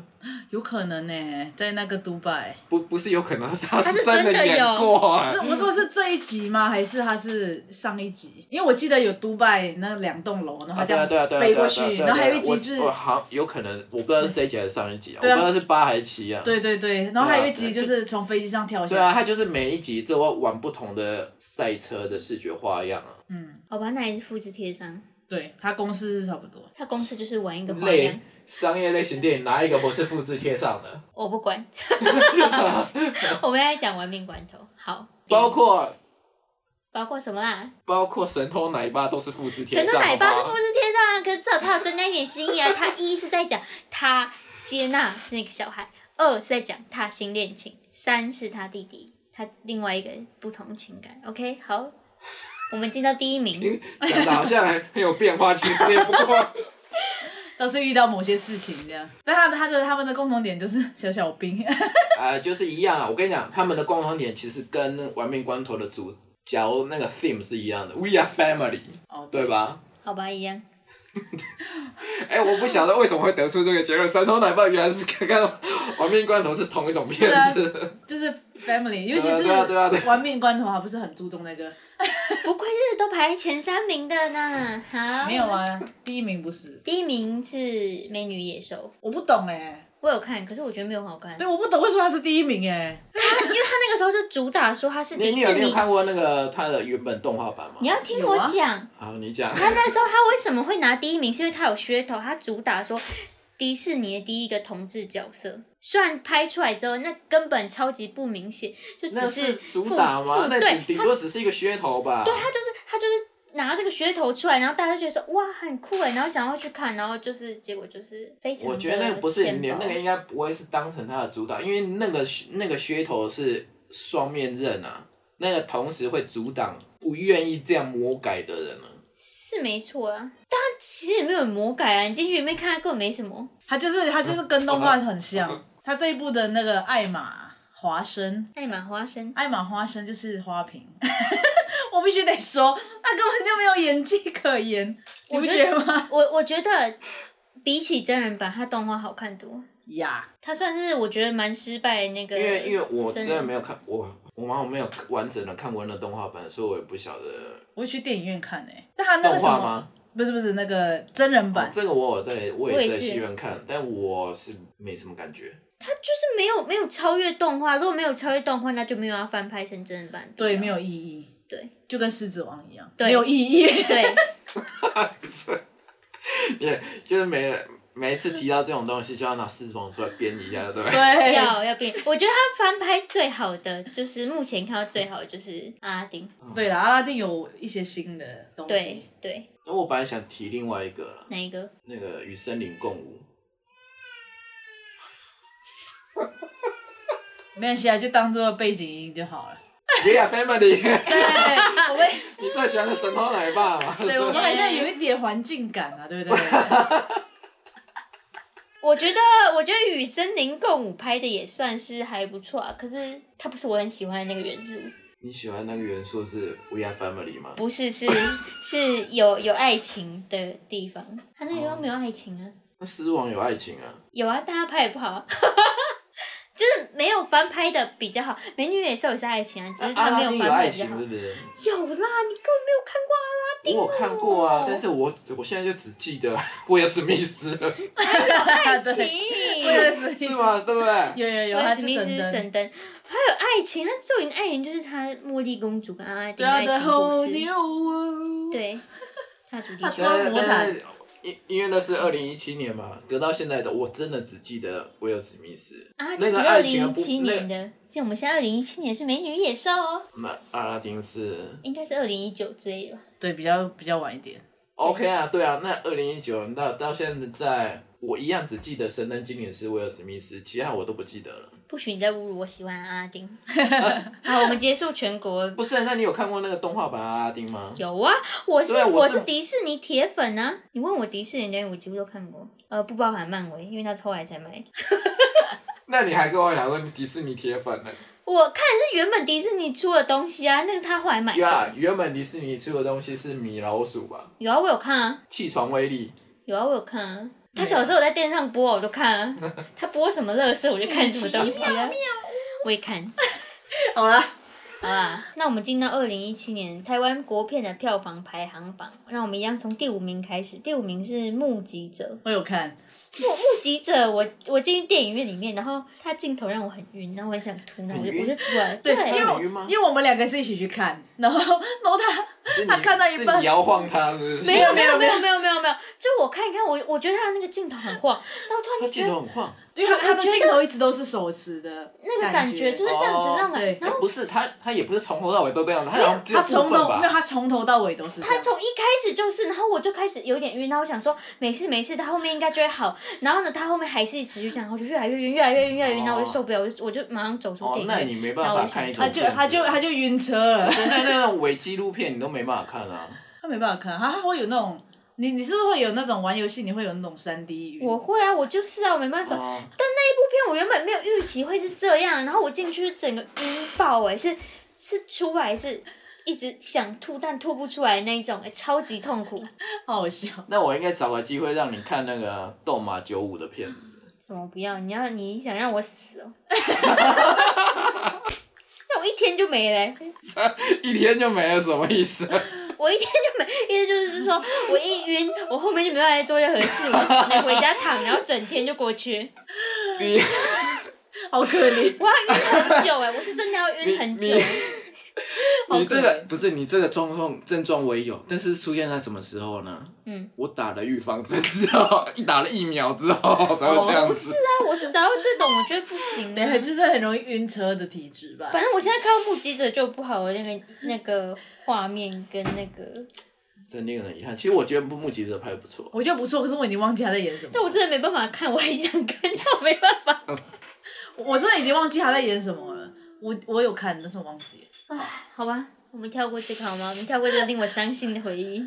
Speaker 3: 有可能呢、在那个独白。
Speaker 2: 不不是有可能是他
Speaker 1: 他
Speaker 2: 是
Speaker 1: 是
Speaker 2: 真
Speaker 1: 真
Speaker 2: 的
Speaker 1: 的
Speaker 2: 演
Speaker 1: 有
Speaker 2: 过、啊。
Speaker 3: 那我说是这一集吗？还是它是上一集？因为我记得有独拜那两栋楼，然后
Speaker 2: 啊，
Speaker 3: 这
Speaker 2: 对啊，
Speaker 3: 样
Speaker 2: 对啊，对啊，
Speaker 3: 飞
Speaker 2: 对
Speaker 3: 过
Speaker 2: 啊对啊
Speaker 3: 去，
Speaker 2: 对啊
Speaker 3: 然后还有
Speaker 2: 对
Speaker 3: 一
Speaker 2: 啊
Speaker 3: 集是
Speaker 2: 我，我好有可能，我不知道是这一集还是上一集啊，我
Speaker 3: 对啊
Speaker 2: 不知道是八还是七啊。
Speaker 3: 对对对，然后还有一集
Speaker 2: 对
Speaker 3: 就
Speaker 2: 啊
Speaker 3: 是从飞机上跳下
Speaker 2: 对
Speaker 3: 来。
Speaker 2: 啊，他就是每一集都要玩不同的赛车的视觉花样啊，
Speaker 3: 嗯，
Speaker 1: 好吧，那也是复制贴上。
Speaker 3: 对，它公式是差不多。
Speaker 1: 他公司就是玩一个花
Speaker 2: 类
Speaker 1: 样，
Speaker 2: 商业类型电影哪一个不是复制贴上的？
Speaker 1: 我不
Speaker 2: <laughs>
Speaker 1: 管。 <laughs> 我们来讲玩命关头，好，
Speaker 2: 包括
Speaker 1: 包括什么啦？
Speaker 2: 包括神偷奶爸都是复制贴
Speaker 1: 神
Speaker 2: 上，
Speaker 1: 偷奶爸是
Speaker 2: 好不
Speaker 1: 复
Speaker 2: 好
Speaker 1: 制贴上啊，可是至少他有增加一点新意啊。他一是在讲他接纳那个小孩，二是在讲他新恋情，三是他弟弟，他另外一个不同情感。OK，好，
Speaker 2: <laughs>
Speaker 1: 我们进到第一名。
Speaker 2: 讲的好像还很有变化，其实也不过。
Speaker 3: 倒是遇到某些事情这样，但他他的他们的共同点就是小小兵， <laughs>
Speaker 2: 啊，就是一样啊！我跟你讲，他们的共同点其实跟《玩命关头》的主角那个 theme 是一样的，We are family，
Speaker 3: 哦
Speaker 2: 对吧？
Speaker 1: 好
Speaker 2: <laughs>
Speaker 1: 吧，一样。
Speaker 2: 哎、我不晓得为什么会得出这个结论，神偷奶爸原来是跟跟《玩命关头》是同一种片
Speaker 1: 啊
Speaker 2: 子。
Speaker 3: 就是 family，尤其
Speaker 2: 对啊
Speaker 3: 是
Speaker 2: 对啊对啊对啊
Speaker 3: 玩命关头还不是很注重那个，
Speaker 1: 不愧是都排前三名的呢。好，
Speaker 3: 啊没有啊，第一名不是，
Speaker 1: 第一名是《美女野兽
Speaker 3: 我不懂哎、
Speaker 1: 我有看，可是我觉得没有很好看。
Speaker 3: 对，我不懂为什么他是第一名哎。
Speaker 1: 因为他那个时候就主打说他是
Speaker 2: 你
Speaker 1: 迪
Speaker 2: 你有
Speaker 1: 士
Speaker 2: 你有
Speaker 1: 尼。
Speaker 2: 看过那个它的原本动画版吗
Speaker 1: 你？要听
Speaker 3: 有
Speaker 1: 我
Speaker 3: 啊
Speaker 1: 讲，
Speaker 2: 好，你讲。
Speaker 1: 他那时候他为什么会拿第一名？是因为他有噱头，他主打说迪士尼的第一个同志角色。虽然拍出来之后，那根本超级不明显，就
Speaker 2: 那
Speaker 1: 只
Speaker 2: 是
Speaker 1: 附
Speaker 2: 主打吗？
Speaker 1: 附
Speaker 2: 那
Speaker 1: 对
Speaker 2: 顶顶
Speaker 1: 他
Speaker 2: 多只是一个噱头吧。
Speaker 1: 对他就是他就是拿这个噱头出来，然后大家就觉得说哇很酷哎，然后想要去看，然后就是结果就是非常
Speaker 2: 我觉得那个不是，
Speaker 1: 的
Speaker 2: 你
Speaker 1: 浅薄
Speaker 2: 那个应该不会是当成它的主打，因为那个那个噱头是双面刃啊，那个同时会阻挡不愿意这样魔改的人啊。
Speaker 1: 是没错啊，但他其实也没有魔改啊，你进去里面看根本没什么。
Speaker 3: 他就是他就是跟动
Speaker 2: 嗯
Speaker 3: 画很像，他这一部的那个艾玛华生，
Speaker 1: 艾玛花生，
Speaker 3: 艾玛花生就是花瓶， <laughs> 我必须得说，他根本就没有演技可言，你不
Speaker 1: 觉
Speaker 3: 觉
Speaker 1: 得
Speaker 3: 得吗？
Speaker 1: 我我觉得比起真人版，他动画好看多。
Speaker 3: 呀，
Speaker 1: 他算是我觉得蛮失败的那个，
Speaker 2: 因为因为我真的
Speaker 1: 人
Speaker 2: 没有看我我妈我没有完整的看过那动画版，所以我也不晓得
Speaker 3: 我去电影院看诶、但他那
Speaker 2: 动
Speaker 3: 个什
Speaker 2: 画
Speaker 3: 么，
Speaker 2: 吗？
Speaker 3: 不是不是那个哦真人版，
Speaker 2: 这个我有在我
Speaker 1: 我
Speaker 2: 也
Speaker 1: 也
Speaker 2: 在
Speaker 1: 是
Speaker 2: 戏院看，但我是没什么感觉。 <laughs>
Speaker 1: 就是没有没有超越动画，如果没有超越动画，那就没有要翻拍成真人版。
Speaker 3: 对，没
Speaker 1: 有
Speaker 3: 有意义，
Speaker 1: 对 <laughs>
Speaker 3: 就跟狮子王一样，
Speaker 1: 对
Speaker 3: 没有意义。
Speaker 1: <laughs> 对，
Speaker 2: 也就是每每一次提到这种东西，就要拿四王出来编一下，对不对？ <laughs>
Speaker 3: 对，
Speaker 1: 要要变。我觉得他翻拍最好的就是目前看到最好的就是阿拉丁，
Speaker 3: 对了，阿拉丁有一些新的东
Speaker 1: 对
Speaker 3: 西，
Speaker 1: 对，
Speaker 2: 那我本来想提另外一个啦，
Speaker 1: 哪一个？
Speaker 2: 那个与森林共舞。
Speaker 3: 没关系啊，就当做背景音就
Speaker 1: <laughs>
Speaker 3: 好了。
Speaker 2: We are family， <laughs>
Speaker 3: 对，
Speaker 1: 啊
Speaker 3: 我们
Speaker 2: 你最喜欢的神偷奶爸
Speaker 1: <laughs>
Speaker 2: 嘛？
Speaker 3: 对我们还是要有一点环境感啊，对不对？
Speaker 1: 我觉得我觉得与森林共舞拍的也算是还不错啊，可是它不是我很喜欢的那个元素，
Speaker 2: <laughs> 你喜欢那个元素是 We are family 吗？
Speaker 1: 不是是是有有爱情的地方，他那个都没有爱情啊。
Speaker 2: 那狮王有爱情啊，
Speaker 1: 有啊，但他拍的不好啊， <laughs> 就是没有翻拍的比较好。美女与野兽也是爱情啊，只是他
Speaker 2: 阿
Speaker 1: 没
Speaker 2: 拉
Speaker 1: 有
Speaker 2: 丁
Speaker 1: 翻
Speaker 2: 有
Speaker 1: 拍
Speaker 2: 爱
Speaker 1: 的比较
Speaker 2: 情
Speaker 1: 好。
Speaker 2: 是不是？
Speaker 1: 有啦，你根本没有看过啊！
Speaker 2: 我有看过啊，但是我我现在就只记得 <laughs> 威尔史密
Speaker 1: <laughs>
Speaker 2: 斯了，
Speaker 3: 爱 <laughs>
Speaker 2: <laughs>
Speaker 1: 情，
Speaker 2: 是吗？对不对？
Speaker 3: 有有有，
Speaker 1: 威
Speaker 3: 他
Speaker 1: 尔史
Speaker 3: 是
Speaker 1: 密斯
Speaker 3: 神
Speaker 1: 是
Speaker 3: 灯。
Speaker 1: 神灯，还有爱情，他最有名的爱情就是他茉莉公主跟阿拉
Speaker 3: 对
Speaker 1: 丁
Speaker 3: 啊
Speaker 1: 爱
Speaker 3: ，The
Speaker 1: 情
Speaker 3: Whole
Speaker 1: 故
Speaker 3: New
Speaker 1: 事，
Speaker 3: World。
Speaker 1: 对，他主题
Speaker 3: 他
Speaker 1: 曲啊
Speaker 3: 真。
Speaker 2: 但是
Speaker 3: 中国
Speaker 2: 但
Speaker 3: 版
Speaker 2: 是因因为那是二零一七年嘛，隔到现在的我真的只记得威尔史密斯
Speaker 1: 啊，
Speaker 2: 那个
Speaker 1: 二
Speaker 2: 爱
Speaker 1: 零
Speaker 2: 情的
Speaker 1: 一
Speaker 2: 部
Speaker 1: 七年
Speaker 2: 那
Speaker 1: 的，就我们现在二零一七年是美女与野兽哦，
Speaker 2: 那阿拉丁是
Speaker 1: 应该是二零一九之类的吧。
Speaker 3: 对，比较比较晚一点。
Speaker 2: OK 啊，对啊，那二零一九到到现在，我一样只记得神灯精灵是威尔史密斯，其他我都不记得了。
Speaker 1: 不许你再侮辱我喜欢阿拉
Speaker 2: <laughs>
Speaker 1: 丁。 <laughs> 好，我们结束全国
Speaker 2: 不是，那你有看过那个动画版阿拉丁吗？
Speaker 1: 有啊，我是
Speaker 2: 对啊我
Speaker 1: 我
Speaker 2: 是
Speaker 1: 是迪士尼铁粉啊！你问我迪士尼的电影，我几乎都看过，呃，不包含漫威，因为它是后来才买。
Speaker 2: 那你还跟我讲说你迪士尼铁粉呢？
Speaker 1: 我看的是原本迪士尼出的东西啊，那是他后来买的。
Speaker 2: 呀，原本迪士尼出的东西是米老鼠吧？
Speaker 1: 有啊，我有看啊，
Speaker 2: 气床威力，
Speaker 1: 有啊，我有看啊。他小时候有在电视上播，我都看啊。他播什么乐色，我就看什么东西 <laughs> 啊。我也看。
Speaker 3: 好了，
Speaker 1: 好啦，那我们进到二零一七年台湾国片的票房排行榜，那我们一样从第五名开始，第五名是《目击者》。
Speaker 3: 我有看，
Speaker 1: 目击者，我我进电影院里面，然后他镜头让我很晕，然后我很想吐，然后我
Speaker 2: 很
Speaker 1: 就
Speaker 2: 晕
Speaker 1: 我就出来，
Speaker 3: 对，
Speaker 1: 对，
Speaker 3: 因为
Speaker 2: 很
Speaker 3: 我
Speaker 2: 晕吗
Speaker 3: 因为我们两个是一起去看，然后 <laughs> 然后他
Speaker 2: 是你
Speaker 3: 他看到一
Speaker 2: 是
Speaker 3: 半
Speaker 2: 你摇晃他是不是？
Speaker 1: 没有没有没有没有没有没有，就我看一看，我我觉得他那个镜头很晃，然后突
Speaker 2: 他
Speaker 1: 然
Speaker 2: 镜
Speaker 1: 觉得
Speaker 2: 头很晃。
Speaker 3: 因为他他的
Speaker 1: 我觉得
Speaker 3: 镜头一直都是手持的，
Speaker 1: 那个感觉就是这样子
Speaker 2: 哦
Speaker 1: 让我，
Speaker 3: 对
Speaker 1: 然后
Speaker 2: 不是他，他也不是从头到尾都这样，他好像只有
Speaker 3: 他
Speaker 2: 部
Speaker 3: 从
Speaker 2: 分
Speaker 3: 头没有，
Speaker 2: 吧。
Speaker 3: 他从头到尾都是这样。
Speaker 1: 他从一开始就是，然后我就开始有点晕，然后我想说没事没事，他后面应该就会好，然后呢他后面还是持续这样，然后我就越来越晕，越来越晕，越来越晕，然后我就受不了，我就我就马上走出
Speaker 2: 哦
Speaker 1: 电，
Speaker 2: 那
Speaker 1: 影
Speaker 2: 你
Speaker 1: 院。
Speaker 2: 没办
Speaker 1: 那我
Speaker 2: 法
Speaker 1: 就想
Speaker 2: 看一种
Speaker 3: 他就
Speaker 2: 片子
Speaker 3: 他就他就晕车了，
Speaker 2: 现在那种伪纪录片你都没办法看啊。
Speaker 3: 他没办法看，他他会有那种，你你是不是会有那种玩游戏，你会有那种三 D 晕？
Speaker 1: 我会啊，我就是啊，我没办法，
Speaker 2: 哦，
Speaker 1: 片我原本没有预期会是这样，然后我进去是整个晕爆哎、是是出来是一直想吐但吐不出来那一种哎、超级痛苦。
Speaker 3: 好好笑，
Speaker 2: 那我应该找个机会让你看那个《斗马九五》的片 <laughs> 子。
Speaker 1: 什么不要？你要你想让我死哦、 <laughs> 那我一天就没了欸、
Speaker 2: 一天就没了，什么意
Speaker 3: <laughs>
Speaker 2: 思？
Speaker 1: 我一天就没，意思就是说我 <laughs> 一晕，我后面就没办法再做任何事，我只能回家躺，然后整天就过去。
Speaker 4: 你
Speaker 3: 好可怜，
Speaker 5: 我要晕很
Speaker 1: 欸
Speaker 5: 久哎、我是真的要晕很久
Speaker 2: <laughs>
Speaker 4: 你。
Speaker 3: 好
Speaker 2: 你
Speaker 3: 可
Speaker 2: 这个
Speaker 3: 怜。
Speaker 2: 不是你这个状况症状我也有，但是出现在什么时候呢？
Speaker 1: 嗯，
Speaker 2: 我打了预防针之后， <laughs> 一打了疫苗之
Speaker 3: 哦
Speaker 2: 后才会这样
Speaker 1: 不是
Speaker 2: 子。
Speaker 1: 啊，我只要这种我觉得不行
Speaker 3: 你
Speaker 1: 啊
Speaker 3: 还。就是很容易晕车的体质吧？
Speaker 1: 反正我现在看到目击者就有不好的那个那个画面跟那个，
Speaker 2: 真令人遗憾。其实我觉得木木吉者拍得不错，
Speaker 3: 我觉得不错，可是我已经忘记他在演什么。
Speaker 1: 但我真的没办法看，我很想看，但我没办法。
Speaker 2: 嗯
Speaker 3: 我我真的已经忘记他在演什么了。我我有看，但是我忘记。
Speaker 1: <laughs> 好吧，我们跳过这个好吗？我们跳过这个令我伤心的回忆。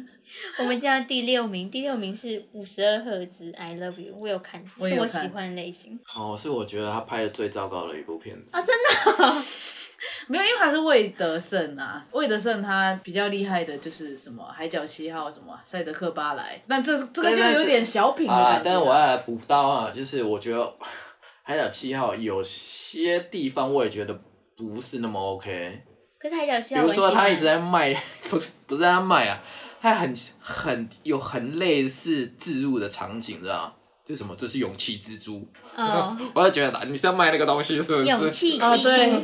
Speaker 1: 我们进到第六名，第六名是五十二赫兹，I love you，我有看，
Speaker 3: 我
Speaker 1: 是
Speaker 3: 也有
Speaker 1: 我
Speaker 3: 看
Speaker 1: 喜欢的类型。
Speaker 2: 哦，是我觉得他拍的最糟糕的一部片子。
Speaker 1: 啊，真的哦、
Speaker 3: 没有，因为他是魏德胜啊。魏德胜他比较厉害的就是什么《海角七号》什么《赛德克巴莱》，但这这个就
Speaker 2: 对对
Speaker 3: 有点小品的
Speaker 2: 好啦
Speaker 3: 感觉。
Speaker 2: 啊
Speaker 3: 啊
Speaker 2: 但是我要来补刀啊，就是我觉得 <laughs> 《海角七号》有些地方我也觉得不是那么 OK，
Speaker 1: 可是海角七
Speaker 2: 比
Speaker 1: 号，
Speaker 2: 如说他一直
Speaker 1: 啊
Speaker 2: 在卖， <laughs> 不是不是在卖啊，他很很有很类似自入的场景，知道吗？就什么这是勇气蜘蛛，
Speaker 1: 哦，
Speaker 2: 我就觉得啊你是要卖那个东西是不是？
Speaker 1: 勇气
Speaker 3: 啊
Speaker 1: 蜘
Speaker 3: 对
Speaker 1: 蛛，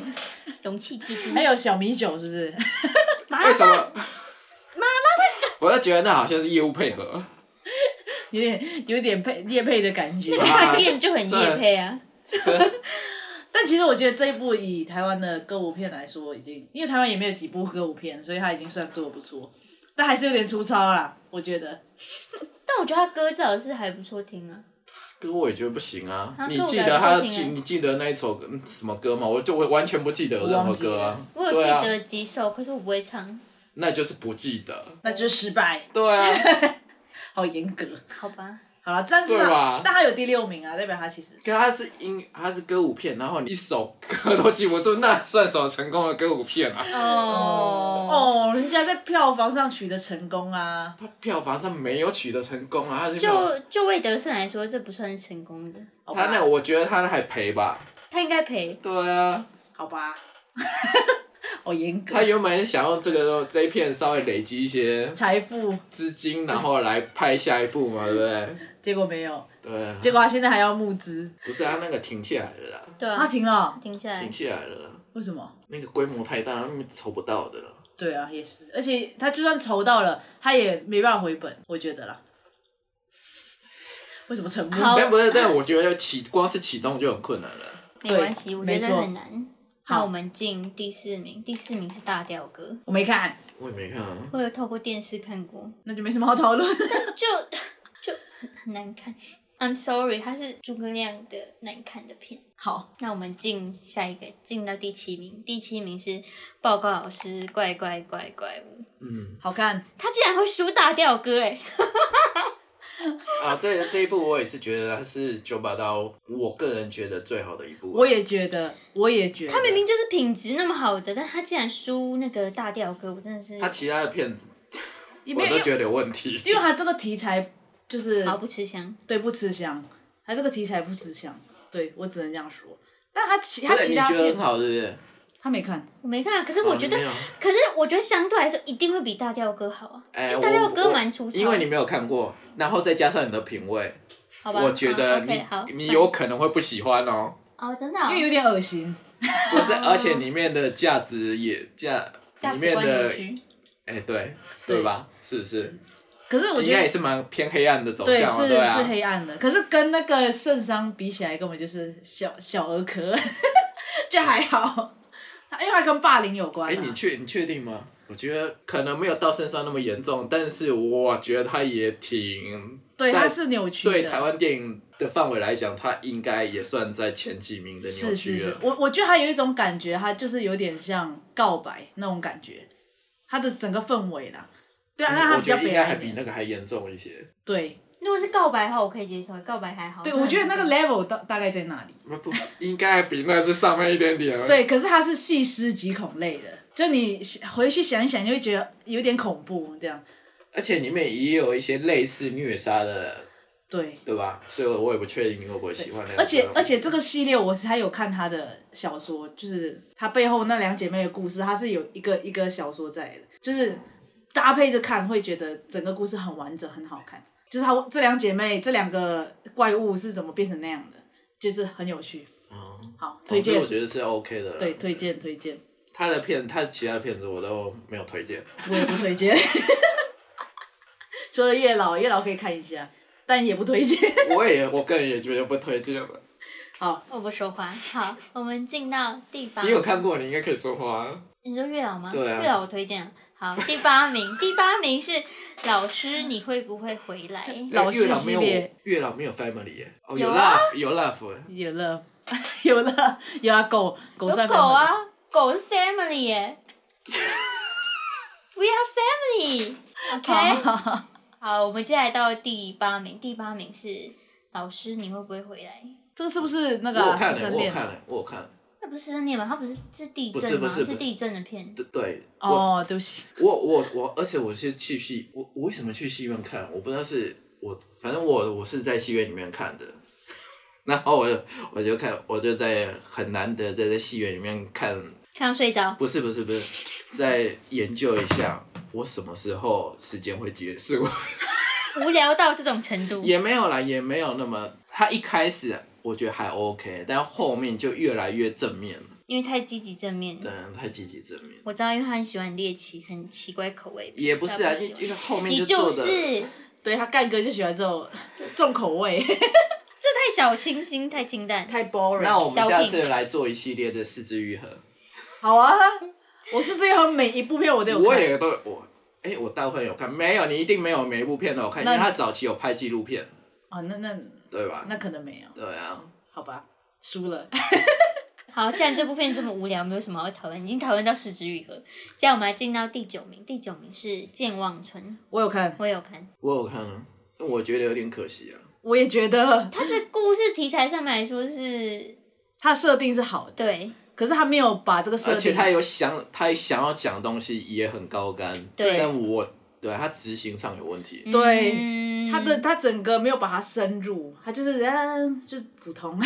Speaker 1: 勇气蜘
Speaker 2: <laughs>
Speaker 1: 蛛，
Speaker 3: 还有小米酒是不是？ <laughs>
Speaker 1: 麻
Speaker 2: 为
Speaker 1: 辣
Speaker 2: 什 <laughs>
Speaker 1: 烫，
Speaker 2: 么？我就觉得那好像是业务配合，
Speaker 3: 有点有点配叶配的感觉。
Speaker 1: 饭店就很夜配啊。
Speaker 2: 这
Speaker 3: 但其实我觉得这一部以台湾的歌舞片来说，已经因为台湾也没有几部歌舞片，所以他已经算做的不错，但还是有点粗糙啦，我觉得。
Speaker 1: 但我觉得他歌至少是还不错听啊。
Speaker 2: <laughs> 歌我也觉得不行啊
Speaker 1: 啊。
Speaker 2: 你
Speaker 1: 歌我
Speaker 2: 记
Speaker 1: 感
Speaker 2: 得
Speaker 1: 觉
Speaker 2: 他
Speaker 1: 不
Speaker 2: 记
Speaker 1: 行欸
Speaker 2: 你记得那一首歌嗯什么歌吗？我就我完全不记得有任何歌啊。
Speaker 1: 我有记
Speaker 2: 对啊，
Speaker 1: 得几首，可是我不会唱，
Speaker 2: 那就是不记得。
Speaker 3: 那就是失败，
Speaker 2: 对啊，
Speaker 3: 好严格。
Speaker 1: 好吧？
Speaker 3: 好了，但是
Speaker 2: 对吧
Speaker 3: 但他有第六名啊，代表他其实
Speaker 2: 可他是音，他是歌舞片，然后你一首歌都记不住，那算什么成功的歌舞片啊？
Speaker 1: 哦
Speaker 3: 哦，人家在票房上取得成功啊，
Speaker 2: 他票房上没有取得成功啊，他是没有
Speaker 1: 就就魏德胜来说，这不算是成功的，
Speaker 3: 好吧
Speaker 2: 他那我觉得他还赔吧。
Speaker 1: 他应该赔。
Speaker 2: 对
Speaker 1: 嗯
Speaker 2: 啊，
Speaker 3: 好吧， <laughs> 好严格
Speaker 2: 他。原本想用这个这一片稍微累积一些
Speaker 3: 财富，
Speaker 2: 资金，然后来拍下一部嘛，
Speaker 1: 嗯
Speaker 2: 对不对？
Speaker 3: 结果没有，
Speaker 2: 对啊，
Speaker 3: 结果他现在还要募资，
Speaker 2: 不是他啊那个停下来了啦，
Speaker 1: 对
Speaker 3: 他
Speaker 1: 啊，
Speaker 3: 停了，
Speaker 1: 停下来
Speaker 2: 停。下来了啦。
Speaker 3: 为什么？
Speaker 2: 那个规模太大，他们筹不到的了。
Speaker 3: 对啊，也是，而且他就算筹到了，他也没办法回本，我觉得啦。为什么沉默？
Speaker 1: 好
Speaker 2: 但不是，但我觉得启光是启动就很困难了。
Speaker 1: 没关系，
Speaker 3: 对
Speaker 1: 我觉
Speaker 3: 没
Speaker 1: 得
Speaker 3: 错
Speaker 1: 很难。
Speaker 3: 好
Speaker 1: 那我们进第四名，第四名是大调歌，
Speaker 3: 我没看，
Speaker 2: 我也没看啊，
Speaker 1: 我有透过电视看
Speaker 3: <laughs>
Speaker 1: 过，
Speaker 3: 那就没什么好讨论。 <laughs>
Speaker 1: 就就很很难看。I'm sorry，它是诸葛亮的难看的片。
Speaker 3: 好，
Speaker 1: 那我们进下一个，进到第七名。第七名是报告老师怪怪怪怪物，
Speaker 2: 嗯，
Speaker 3: 好看，
Speaker 1: 他竟然会输大调歌哎！
Speaker 2: 啊，这这一部我也是觉得它是九把刀，我个人觉得最好的一部。
Speaker 3: 我也觉得，我也觉得，
Speaker 1: 他明明就是品质那么好的，但他竟然输那个大调歌，我真的是
Speaker 2: 他其他的片子
Speaker 3: 因
Speaker 2: 我
Speaker 3: 为
Speaker 2: 都
Speaker 3: 因为
Speaker 2: 觉得有问题。
Speaker 3: 因为他这个题材就是
Speaker 1: 毫不吃香。
Speaker 3: 对不吃香，他这个题材不吃香，对我只能这样说。但他其他
Speaker 2: 不是
Speaker 3: 其
Speaker 2: 你
Speaker 3: 他
Speaker 2: 觉得
Speaker 3: 片
Speaker 2: 很好，是不是？
Speaker 3: 他没看，
Speaker 1: 我没看啊，可是我觉得
Speaker 2: 哦你没有，
Speaker 1: 可是我觉得相对来说一定会比大调歌好啊。
Speaker 2: 哎，
Speaker 1: 大家
Speaker 2: 我
Speaker 1: 歌蛮粗糙的
Speaker 2: 因为你没有看过，然后再加上你的品味，
Speaker 1: 好吧，
Speaker 2: 我觉
Speaker 1: 啊
Speaker 2: 得你、
Speaker 1: OK 好，
Speaker 2: 你有可能会不喜欢哦。
Speaker 1: 哦，真的哦、
Speaker 3: 因为有点恶心。
Speaker 2: 不是，而且里面的价值也价，
Speaker 1: 价
Speaker 2: 里
Speaker 1: 值
Speaker 2: 面
Speaker 1: 观
Speaker 2: 的
Speaker 1: 扭曲。
Speaker 2: 哎、对
Speaker 3: 对
Speaker 2: 对吧？是不是？
Speaker 3: 可是我
Speaker 2: 应
Speaker 3: 觉
Speaker 2: 该也
Speaker 3: 得
Speaker 2: 是蛮偏黑暗的走
Speaker 3: 对
Speaker 2: 向嘛，
Speaker 3: 是
Speaker 2: 对啊
Speaker 3: 是。黑暗的，可是跟那个圣伤比起来，根本就是小小儿科， <laughs> 这还好。因为它跟霸凌有关
Speaker 2: 哎、
Speaker 3: 啊
Speaker 2: 你确你确定吗？我觉得可能没有到身上那么严重，但是我觉得他也挺
Speaker 3: 对，它
Speaker 2: 在
Speaker 3: 是扭曲的。
Speaker 2: 对台湾电影的范围来讲，他应该也算在前几名的扭
Speaker 3: 是
Speaker 2: 曲
Speaker 3: 是
Speaker 2: 了。
Speaker 3: 是，我我觉得他有一种感觉，他就是有点像告白那种感觉，他的整个氛围啦。对啊，
Speaker 2: 嗯
Speaker 3: 那他
Speaker 2: 我
Speaker 3: 比
Speaker 2: 觉
Speaker 3: 较
Speaker 2: 得应
Speaker 3: 北
Speaker 2: 该
Speaker 3: 岸
Speaker 2: 还
Speaker 3: 一
Speaker 2: 比
Speaker 3: 点。
Speaker 2: 那个还严重一些。
Speaker 3: 对
Speaker 1: 如果是告白的话，我可以接受，告白还好。
Speaker 3: 对，
Speaker 1: 真的
Speaker 3: 我觉得那个
Speaker 1: 很
Speaker 3: level 大大概在那里。
Speaker 2: 不不，应该比那只上面一点点。，
Speaker 3: 对，可是他是细思极恐类的，就你想回去想一想，你会觉得有点恐怖这样。
Speaker 2: 而且里面也有一些类似虐杀的，
Speaker 3: 对，
Speaker 2: 对吧？所以我也不确定你会不会喜欢那个。
Speaker 3: 而且而且这个系列我是还有看他的小说，就是他背后那两姐妹的故事，它是有一个一个小说在的，就是搭配着看会觉得整个故事很完整，很好看。就是他这两姐妹这两个怪物是怎么变成那样的，就是很有趣。
Speaker 2: 哦，
Speaker 3: 好，
Speaker 2: 总
Speaker 3: 推
Speaker 2: 之
Speaker 3: 荐
Speaker 2: 我，觉得是 OK 的啦。
Speaker 3: 对，推荐推荐，
Speaker 2: 他的片，他其他的片子我都没有推荐。
Speaker 3: 我也不推荐。 <laughs> 除了月老，月老可以看一下，但也不推荐。 <laughs>
Speaker 2: 我也，我个人也觉得不推荐了。
Speaker 3: 好，
Speaker 1: <laughs> 我不说话。好，我们进到第
Speaker 3: 啊
Speaker 1: 八。
Speaker 2: 你有看过，你应该可以说话啊。
Speaker 1: 你说月老吗？
Speaker 2: 对啊
Speaker 1: 月老我推荐啊。好，第八名，第八名是老师，你会不会回来？
Speaker 3: 老
Speaker 2: 月
Speaker 3: 师
Speaker 2: 老没
Speaker 3: 系
Speaker 2: 有
Speaker 3: 列，
Speaker 2: 月老没有 family 耶。哦，
Speaker 1: 有
Speaker 2: 有
Speaker 1: 啊
Speaker 2: love，有 love。
Speaker 3: 有了， <laughs> 有了，有啊，狗狗
Speaker 1: 有
Speaker 3: 算
Speaker 1: 狗
Speaker 3: 分吗，
Speaker 1: 啊，狗是 family
Speaker 3: <laughs>
Speaker 1: 耶。We are
Speaker 3: <laughs>
Speaker 1: family。OK。
Speaker 3: 好
Speaker 1: 好，我们接下来到第八名，第八名是老师，你会不会回来？
Speaker 3: 这个是不是那
Speaker 2: 我
Speaker 3: 个
Speaker 2: 有
Speaker 3: 啊
Speaker 2: 看
Speaker 3: 师
Speaker 2: 了，
Speaker 3: 生
Speaker 2: 我有
Speaker 3: 恋？
Speaker 2: 看了，我有看了。
Speaker 1: 那不是师生恋吗？它不是是地震吗？
Speaker 2: 不是不是不是
Speaker 1: 地震的片。
Speaker 2: 对对，我
Speaker 3: 哦，对不起，
Speaker 2: 我我我，而且我是去戏，我我为什么去戏院看？啊我不知道是我，反正我我是在戏院里面看的。 <laughs> 然后我我就看，我就在很难得在在戏院里面看，
Speaker 1: 看到睡着，
Speaker 2: 不是不是不是，在研究一下我什么时候时间会结束。
Speaker 1: 无聊到这种程度。
Speaker 2: 也没有啦，也没有那么，他一开始我觉得还 OK，但后面就越来越正面了，
Speaker 1: 因为太积极正面
Speaker 2: 对
Speaker 1: 了。，
Speaker 2: 太积极正面。
Speaker 1: 我知道，因为他很喜欢猎奇，很奇怪口味。
Speaker 2: 也不是啊，
Speaker 1: 他
Speaker 2: 就
Speaker 1: 喜欢
Speaker 2: 就是后面
Speaker 1: 你
Speaker 2: 做
Speaker 1: 就
Speaker 2: 的，
Speaker 1: 是太
Speaker 3: 对他干哥就喜欢这 <laughs> 种重口味，
Speaker 1: 小清新，太清淡。
Speaker 3: <laughs> 太 boring。
Speaker 2: 那我们
Speaker 1: 小
Speaker 2: 下
Speaker 1: 品
Speaker 2: 次来做一系列的四肢愈合，
Speaker 3: 好啊，我是这个每一部片我都有看，
Speaker 2: 我也都我，哎、我大部分有看，没有你一定没有每一部片都有看，因
Speaker 3: 那
Speaker 2: 为他早期有拍纪录片，
Speaker 3: 哦，那那
Speaker 2: 对吧？
Speaker 3: 那可能没有，
Speaker 2: 对啊，
Speaker 3: 好吧，输了。
Speaker 1: 好，既然这部片这么无聊，没有什么好讨论，已经讨论到失之愈合。接下来我们来进到第九名，第九名是《健忘村》，
Speaker 3: 我有看，
Speaker 1: 我有看。
Speaker 2: 我有看啊，我觉得有点可惜啊，
Speaker 3: 我也觉得
Speaker 1: 它的故事题材上面来说是，
Speaker 3: 他设定是好的，
Speaker 1: 对
Speaker 3: 可是他没有把这个设
Speaker 2: 而且
Speaker 3: 定，
Speaker 2: 他有想他想要讲的东西也很高干，
Speaker 1: 对
Speaker 2: 但我对他执行上有问题，
Speaker 3: 对
Speaker 1: 嗯
Speaker 3: 他的他整个没有把它深入，他就是嗯、就
Speaker 2: <laughs>
Speaker 3: 普通，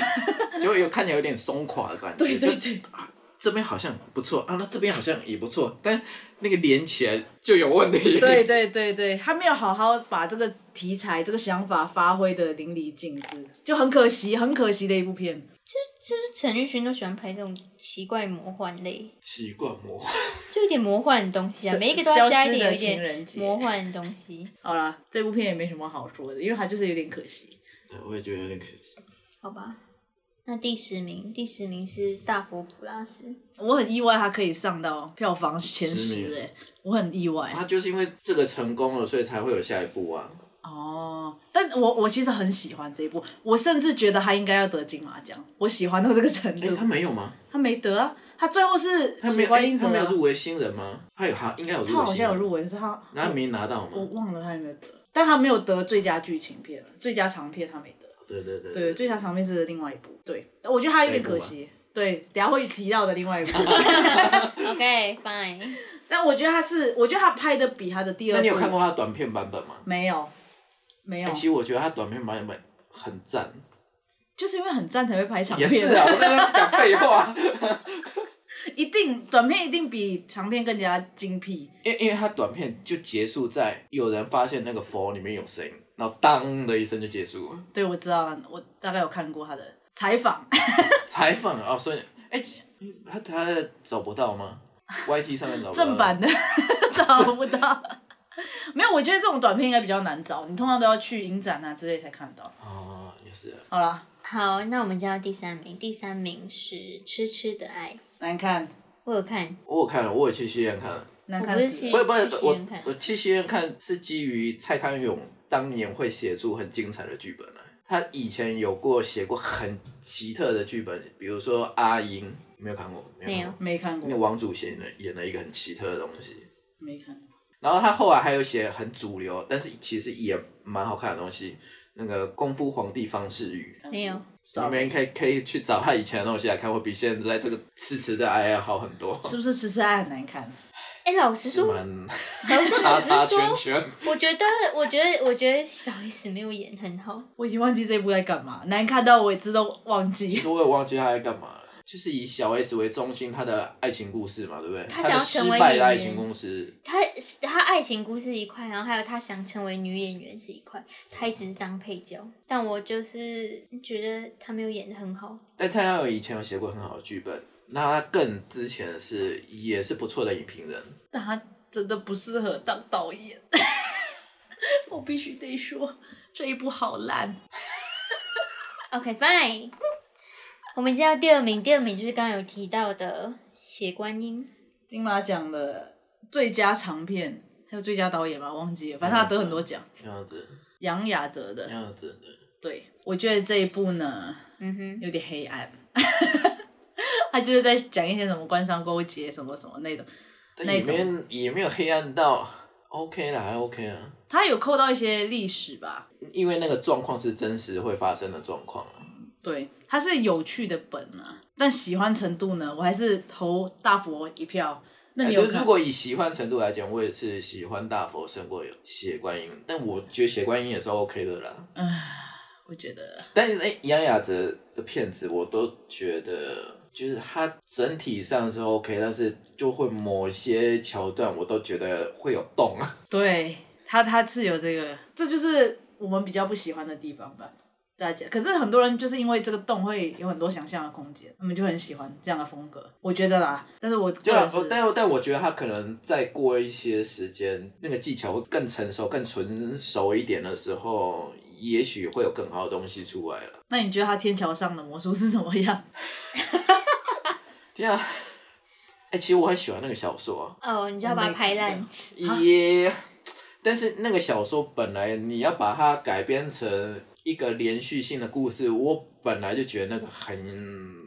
Speaker 2: 就有看起来有点松垮的感觉，
Speaker 3: 对对
Speaker 2: 就啊
Speaker 3: 对，
Speaker 2: 这边好像不错啊，那这边好像也不错，但那个连起来就有问题。
Speaker 3: 对对对对，他没有好好把这个题材这个想法发挥的淋漓尽致，就很可惜，很可惜的一部片。
Speaker 1: 是不是陈奕迅都喜欢拍这种奇怪魔幻类，
Speaker 2: <laughs> 奇怪魔幻，
Speaker 1: 就有点魔幻的东西啊，
Speaker 3: 是
Speaker 1: 每一个都要加一
Speaker 3: 消
Speaker 1: 点
Speaker 3: 失的
Speaker 1: 有一
Speaker 3: 情人
Speaker 1: 点
Speaker 3: 节
Speaker 1: 魔幻的东西。
Speaker 3: 好啦，这部片也没什么好说的，因为它就是有点可惜。
Speaker 2: 对我也觉得有点可惜。
Speaker 1: 好吧，那第十名，第十名是大佛普拉斯，
Speaker 3: 我很意外它可以上到票房前
Speaker 2: 十
Speaker 3: 十
Speaker 2: 名
Speaker 3: 哎、我很意外。
Speaker 2: 他就是因为这个成功了，所以才会有下一步啊。
Speaker 3: 哦，但我我其实很喜欢这一部，我甚至觉得他应该要得金马奖，我喜欢到这个程
Speaker 2: 哎、
Speaker 3: 度。
Speaker 2: 他没有吗？
Speaker 3: 他没得啊，他最后是
Speaker 2: 他没
Speaker 3: 喜
Speaker 2: 有，哎
Speaker 3: 欢英
Speaker 2: 他
Speaker 3: 德
Speaker 2: 没
Speaker 3: 啊、
Speaker 2: 有入围新人吗？他有，他应该有入围新
Speaker 3: 他
Speaker 2: 人。
Speaker 3: 好像有入哦围，是他
Speaker 2: 那他没拿到
Speaker 3: 我
Speaker 2: 吗？
Speaker 3: 忘了他有没有得，但他没有得最佳剧情片了，最佳长片他没得。
Speaker 2: 对对对
Speaker 3: 对，最佳长片是另外一部，对，我觉得他有点可惜。对，等一下会提到的另外一部，
Speaker 1: OK fine，
Speaker 3: 但我觉得他是，我觉得他拍的比他的第二
Speaker 2: 那
Speaker 3: 部，
Speaker 2: 你有看过他的短片版本吗？
Speaker 3: 没有？没有
Speaker 2: 哎、，其实我觉得他短片版本很赞。
Speaker 3: 就是因为很赞才会拍长
Speaker 2: 也
Speaker 3: 片，
Speaker 2: 是啊，我在那边讲废话。
Speaker 3: 一定短片一定比长片更加精辟。
Speaker 2: 因为因为他短片就结束在有人发现那个佛里面有声音，然后当的一声就结束了。
Speaker 3: 对，我知道，我大概有看过他的采访，
Speaker 2: 呃采访哦，所以哎、其嗯他他找不到吗？YT 上面找不到
Speaker 3: 正版的 <laughs> 找不到。没有，我觉得这种短片应该比较难找，你通常都要去影展啊之类才看到。
Speaker 2: 哦，也是啊
Speaker 3: 好啦，
Speaker 1: 好，那我们接到第三名，第三名是《痴痴的爱》，
Speaker 3: 难看，
Speaker 1: 我有看，
Speaker 2: 我有看了，我有去戏院看了，
Speaker 3: 难
Speaker 1: 我
Speaker 3: 看
Speaker 1: 不是
Speaker 3: 死
Speaker 1: 去
Speaker 3: 了。
Speaker 2: 不是不是
Speaker 1: 去戏
Speaker 2: 我
Speaker 1: 院看
Speaker 2: 我去戏院看是基于蔡康永当年会写出很精彩的剧本来，啊他以前有过写过很奇特的剧本，比如说《阿英》，没有看过，
Speaker 1: 没
Speaker 2: 看
Speaker 1: 有
Speaker 2: 过，
Speaker 3: 没看
Speaker 2: 那
Speaker 3: 过，
Speaker 2: 王祖贤的演了一个很奇特的东西。
Speaker 3: 没看过。
Speaker 2: 然后他后来还有写很主流，但是其实也蛮好看的东西，那个《功夫皇帝方世玉
Speaker 1: 没有，》，
Speaker 2: 你们可以可以去找他以前的东西来看，会比现在这个痴痴的爱要好很多，
Speaker 3: 是不是痴痴爱很难看？
Speaker 1: 哎、老实说，
Speaker 2: 蛮
Speaker 1: 老实说，
Speaker 2: 叉
Speaker 1: 老实
Speaker 2: 叉圈
Speaker 1: 说，
Speaker 2: 圈。
Speaker 1: 我觉得，我觉得，我觉得小 S 没有演很好，
Speaker 3: 我已经忘记这一部在干嘛，难看到我也知道忘
Speaker 2: 其
Speaker 3: 记。
Speaker 2: 实我也忘记他在干嘛了。就是以小 S 为中心，她的爱情故事嘛，对不对？
Speaker 7: 她想要
Speaker 2: 她的
Speaker 7: 成
Speaker 2: 失
Speaker 7: 为
Speaker 2: 败
Speaker 7: 演
Speaker 2: 的爱
Speaker 7: 员
Speaker 2: 情故事，
Speaker 1: 他他爱情故事一块，然后还有他想成为女演员是一块，他一直是当配角，但我就是觉得他没有演的很好。
Speaker 2: 但蔡康永以前有写过很好的剧本，那他更之前是也是不错的影评人。
Speaker 3: 但他真的不适合当导演， <laughs> 我必须得说这一部好烂。
Speaker 1: OK fine，我们接到第二名，第二名就是刚刚有提到的血观音，
Speaker 3: 金马奖的最佳长片还有最佳导演吧，忘记了，反正他得很多奖。
Speaker 2: 那样子，
Speaker 3: 杨雅哲
Speaker 2: 那
Speaker 3: 的，
Speaker 2: 样子的，
Speaker 3: 对我觉得这一部呢
Speaker 1: 嗯哼，
Speaker 3: 有点黑暗， <laughs> 他就是在讲一些什么官商勾结什么什么那种。
Speaker 2: 但
Speaker 3: 那
Speaker 2: 也
Speaker 3: 种
Speaker 2: 没有也没有黑暗到 OK 啦，还 OK 啊，
Speaker 3: 他有扣到一些历史吧？
Speaker 2: 因为那个状况是真实会发生的状况啊。
Speaker 3: 对，它是有趣的本啊，但喜欢程度呢，我还是投大佛一票。那
Speaker 2: 哎
Speaker 3: 你
Speaker 2: 就
Speaker 3: 有
Speaker 2: 是
Speaker 3: 看？
Speaker 2: 如果以喜欢程度来讲，我也是喜欢大佛胜过血观音，但我觉得血观音也是 OK 的啦。
Speaker 3: 我觉得
Speaker 2: 但是哎，杨雅哲的片子我都觉得，就是它整体上是 OK，但是就会某些桥段我都觉得会有洞啊。
Speaker 3: 对他，他是有这个，这就是我们比较不喜欢的地方吧。大家，可是很多人就是因为这个洞会有很多想象的空间，他们就很喜欢这样的风格，我觉得啦。但是我个
Speaker 2: 对啊
Speaker 3: 人，是
Speaker 2: 我但但我觉得他可能再过一些时间，那个技巧会更成熟、更纯熟一点的时候，也许会有更好的东西出来了。
Speaker 3: 那你觉得他天桥上的魔术是怎么样？
Speaker 2: 对啊，哎、其实我很喜欢那个小说啊，
Speaker 1: 哦， <laughs> 你就要把它排
Speaker 3: 我没
Speaker 1: 烂
Speaker 3: 看，
Speaker 2: 也，但是那个小说本来你要把它改编成一个连续性的故事，我本来就觉得那个很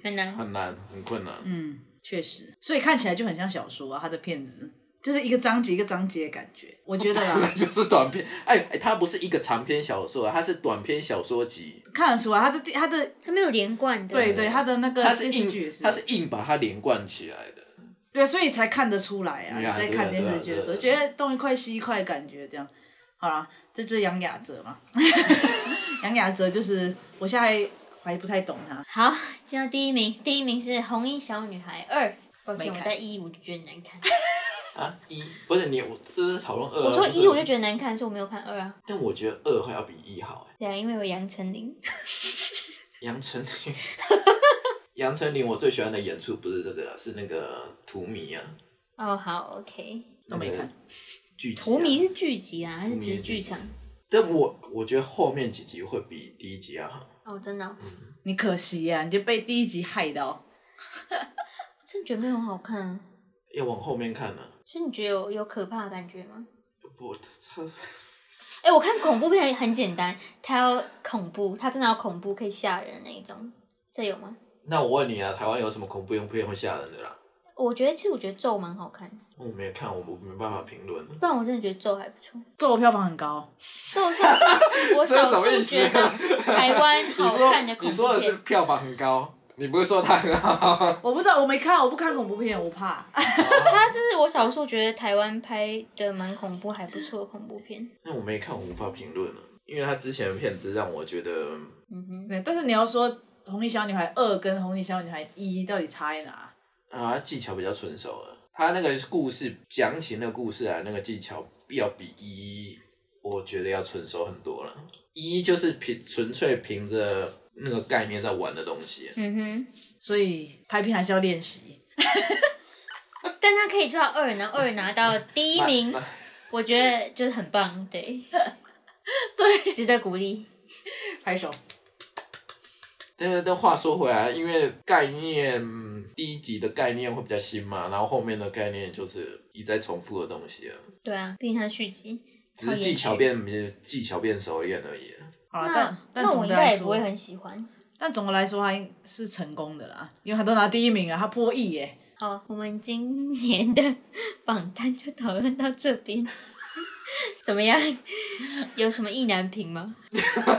Speaker 7: 很难
Speaker 2: 很难、很困难。。
Speaker 3: 嗯，确实，所以看起来就很像小说啊，他的片子就是一个章节一个章节的感觉，我觉得
Speaker 2: <laughs>
Speaker 3: 啦
Speaker 2: <laughs> 就是短篇，哎、哎，它不是一个长篇小说啊，它是短篇小说集，
Speaker 3: 看得出来，他的他的
Speaker 1: 他没有连贯的。
Speaker 3: 对对，他的那个
Speaker 2: 它是
Speaker 3: 电视剧也
Speaker 2: 硬，它是硬把它连贯起来的。
Speaker 3: 对，所以才看得出来啊！
Speaker 2: 对啊
Speaker 3: 在
Speaker 2: 对啊
Speaker 3: 看电视剧的时候，觉
Speaker 2: 对啊对啊
Speaker 3: 得东一块西一块，感觉这样。好啦，这就是杨雅哲
Speaker 2: <laughs>
Speaker 3: 嘛。杨雅哲就是我现在还不太懂他，
Speaker 1: 好，进到第一名，第一名是《红衣小女孩二》。抱歉，
Speaker 3: 没
Speaker 1: 我
Speaker 3: 看
Speaker 1: 在一我就觉得难看。
Speaker 2: 啊，一不是你，我这是讨论二啊。
Speaker 1: 我说
Speaker 2: 不是
Speaker 1: 一我呃就觉得难看，所以我没有看二啊。
Speaker 2: 但我觉得二还要比一好哎。
Speaker 1: 对啊，因为有杨丞琳。
Speaker 2: 杨丞琳，杨丞琳我最喜欢的演出不是这个了，是那个荼蘼啊，
Speaker 1: 哦，好，OK。
Speaker 3: 都没看。
Speaker 2: 剧集啊
Speaker 7: 荼蘼是剧集啊，还是
Speaker 2: 蘼
Speaker 7: 指
Speaker 2: 是
Speaker 7: 剧场？
Speaker 2: 但我我觉得后面几集会比第一集要好。
Speaker 1: 哦，真的哦、
Speaker 3: 你可惜呀、你就被第一集害到。
Speaker 7: 真的觉得没有很好看啊。
Speaker 2: 要往后面看呢、啊
Speaker 1: 所以你觉得有有可怕的感觉吗？
Speaker 2: 不，他
Speaker 1: 哎、我看恐怖片很简单，它要恐怖，它真的要恐怖，可以吓人那一种。这有吗？
Speaker 2: 那我问你啊，台湾有什么恐怖片会吓人的啦？
Speaker 1: 我觉得其实我觉得咒蛮好看的，
Speaker 2: 我没有看，我我没办法评论。啊
Speaker 1: 不然我真的觉得咒还不错。
Speaker 3: 咒票房很高，
Speaker 1: 咒 <laughs> 算是我
Speaker 2: 这是
Speaker 1: 少
Speaker 2: 什么
Speaker 1: 数
Speaker 2: 意思
Speaker 1: 觉得台 <laughs> 湾好哦看的恐
Speaker 2: 你说
Speaker 1: 怖
Speaker 2: 的是
Speaker 1: 片。
Speaker 2: 票房很高，你不是说它很好？
Speaker 3: 我不知道，我没看，我不看恐怖片，我怕。
Speaker 1: 它是我少数觉得台湾拍的蛮恐怖，还不错的恐怖片。
Speaker 2: 那我没看，我无法评论了，因为他之前的片子让我觉得
Speaker 3: 对，但是你要说《红衣小女孩二》跟《红衣小女孩一》到底差在哪？
Speaker 2: 啊技巧比较纯熟了。他那个故事讲起那个故事啊，那个技巧要比一，我觉得要纯熟很多了。一就是凭纯粹凭着那个概念在玩的东西，
Speaker 1: 嗯哼，
Speaker 3: 所以拍片还是要练习。
Speaker 1: 但它可以做到二，然后二拿到第一
Speaker 2: <laughs>
Speaker 1: 名
Speaker 2: 那，
Speaker 1: 我觉得就是很棒，
Speaker 3: <laughs>
Speaker 1: 对，对，值得鼓励。
Speaker 3: 拍手。
Speaker 2: 但是但话说回来，因为概念嗯第一集的概念会比较新嘛，然后后面的概念就是一再重复的东西了，
Speaker 1: 对啊，毕竟它是续集，
Speaker 2: 只是技巧变技巧变熟练而已。
Speaker 3: 好了，
Speaker 1: 那
Speaker 3: 但但
Speaker 1: 那我
Speaker 3: 总
Speaker 1: 应
Speaker 3: 的
Speaker 1: 该
Speaker 3: 来
Speaker 1: 也不
Speaker 3: 说
Speaker 1: 会，很喜欢。
Speaker 3: 但总的来说，他应是成功的啦，因为他都拿第一名啊，他破亿耶。
Speaker 1: 好，我们今年的榜单就讨论到这边， <laughs> 怎么样？有什么意难平
Speaker 2: <laughs>
Speaker 1: 吗？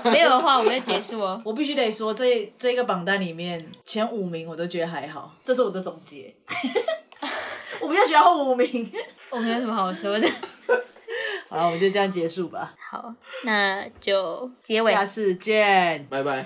Speaker 1: 没有的话，我们就结束哦。
Speaker 3: 我必须得说，这这个榜单里面前五名我都觉得还好，这是我的总结。 <laughs> 我比较喜欢后五名。 <laughs>
Speaker 1: 我没有什么好说的。
Speaker 3: 好了，我们就这样结束吧，
Speaker 1: 好，那就结尾。
Speaker 3: 下次见。
Speaker 2: 拜拜。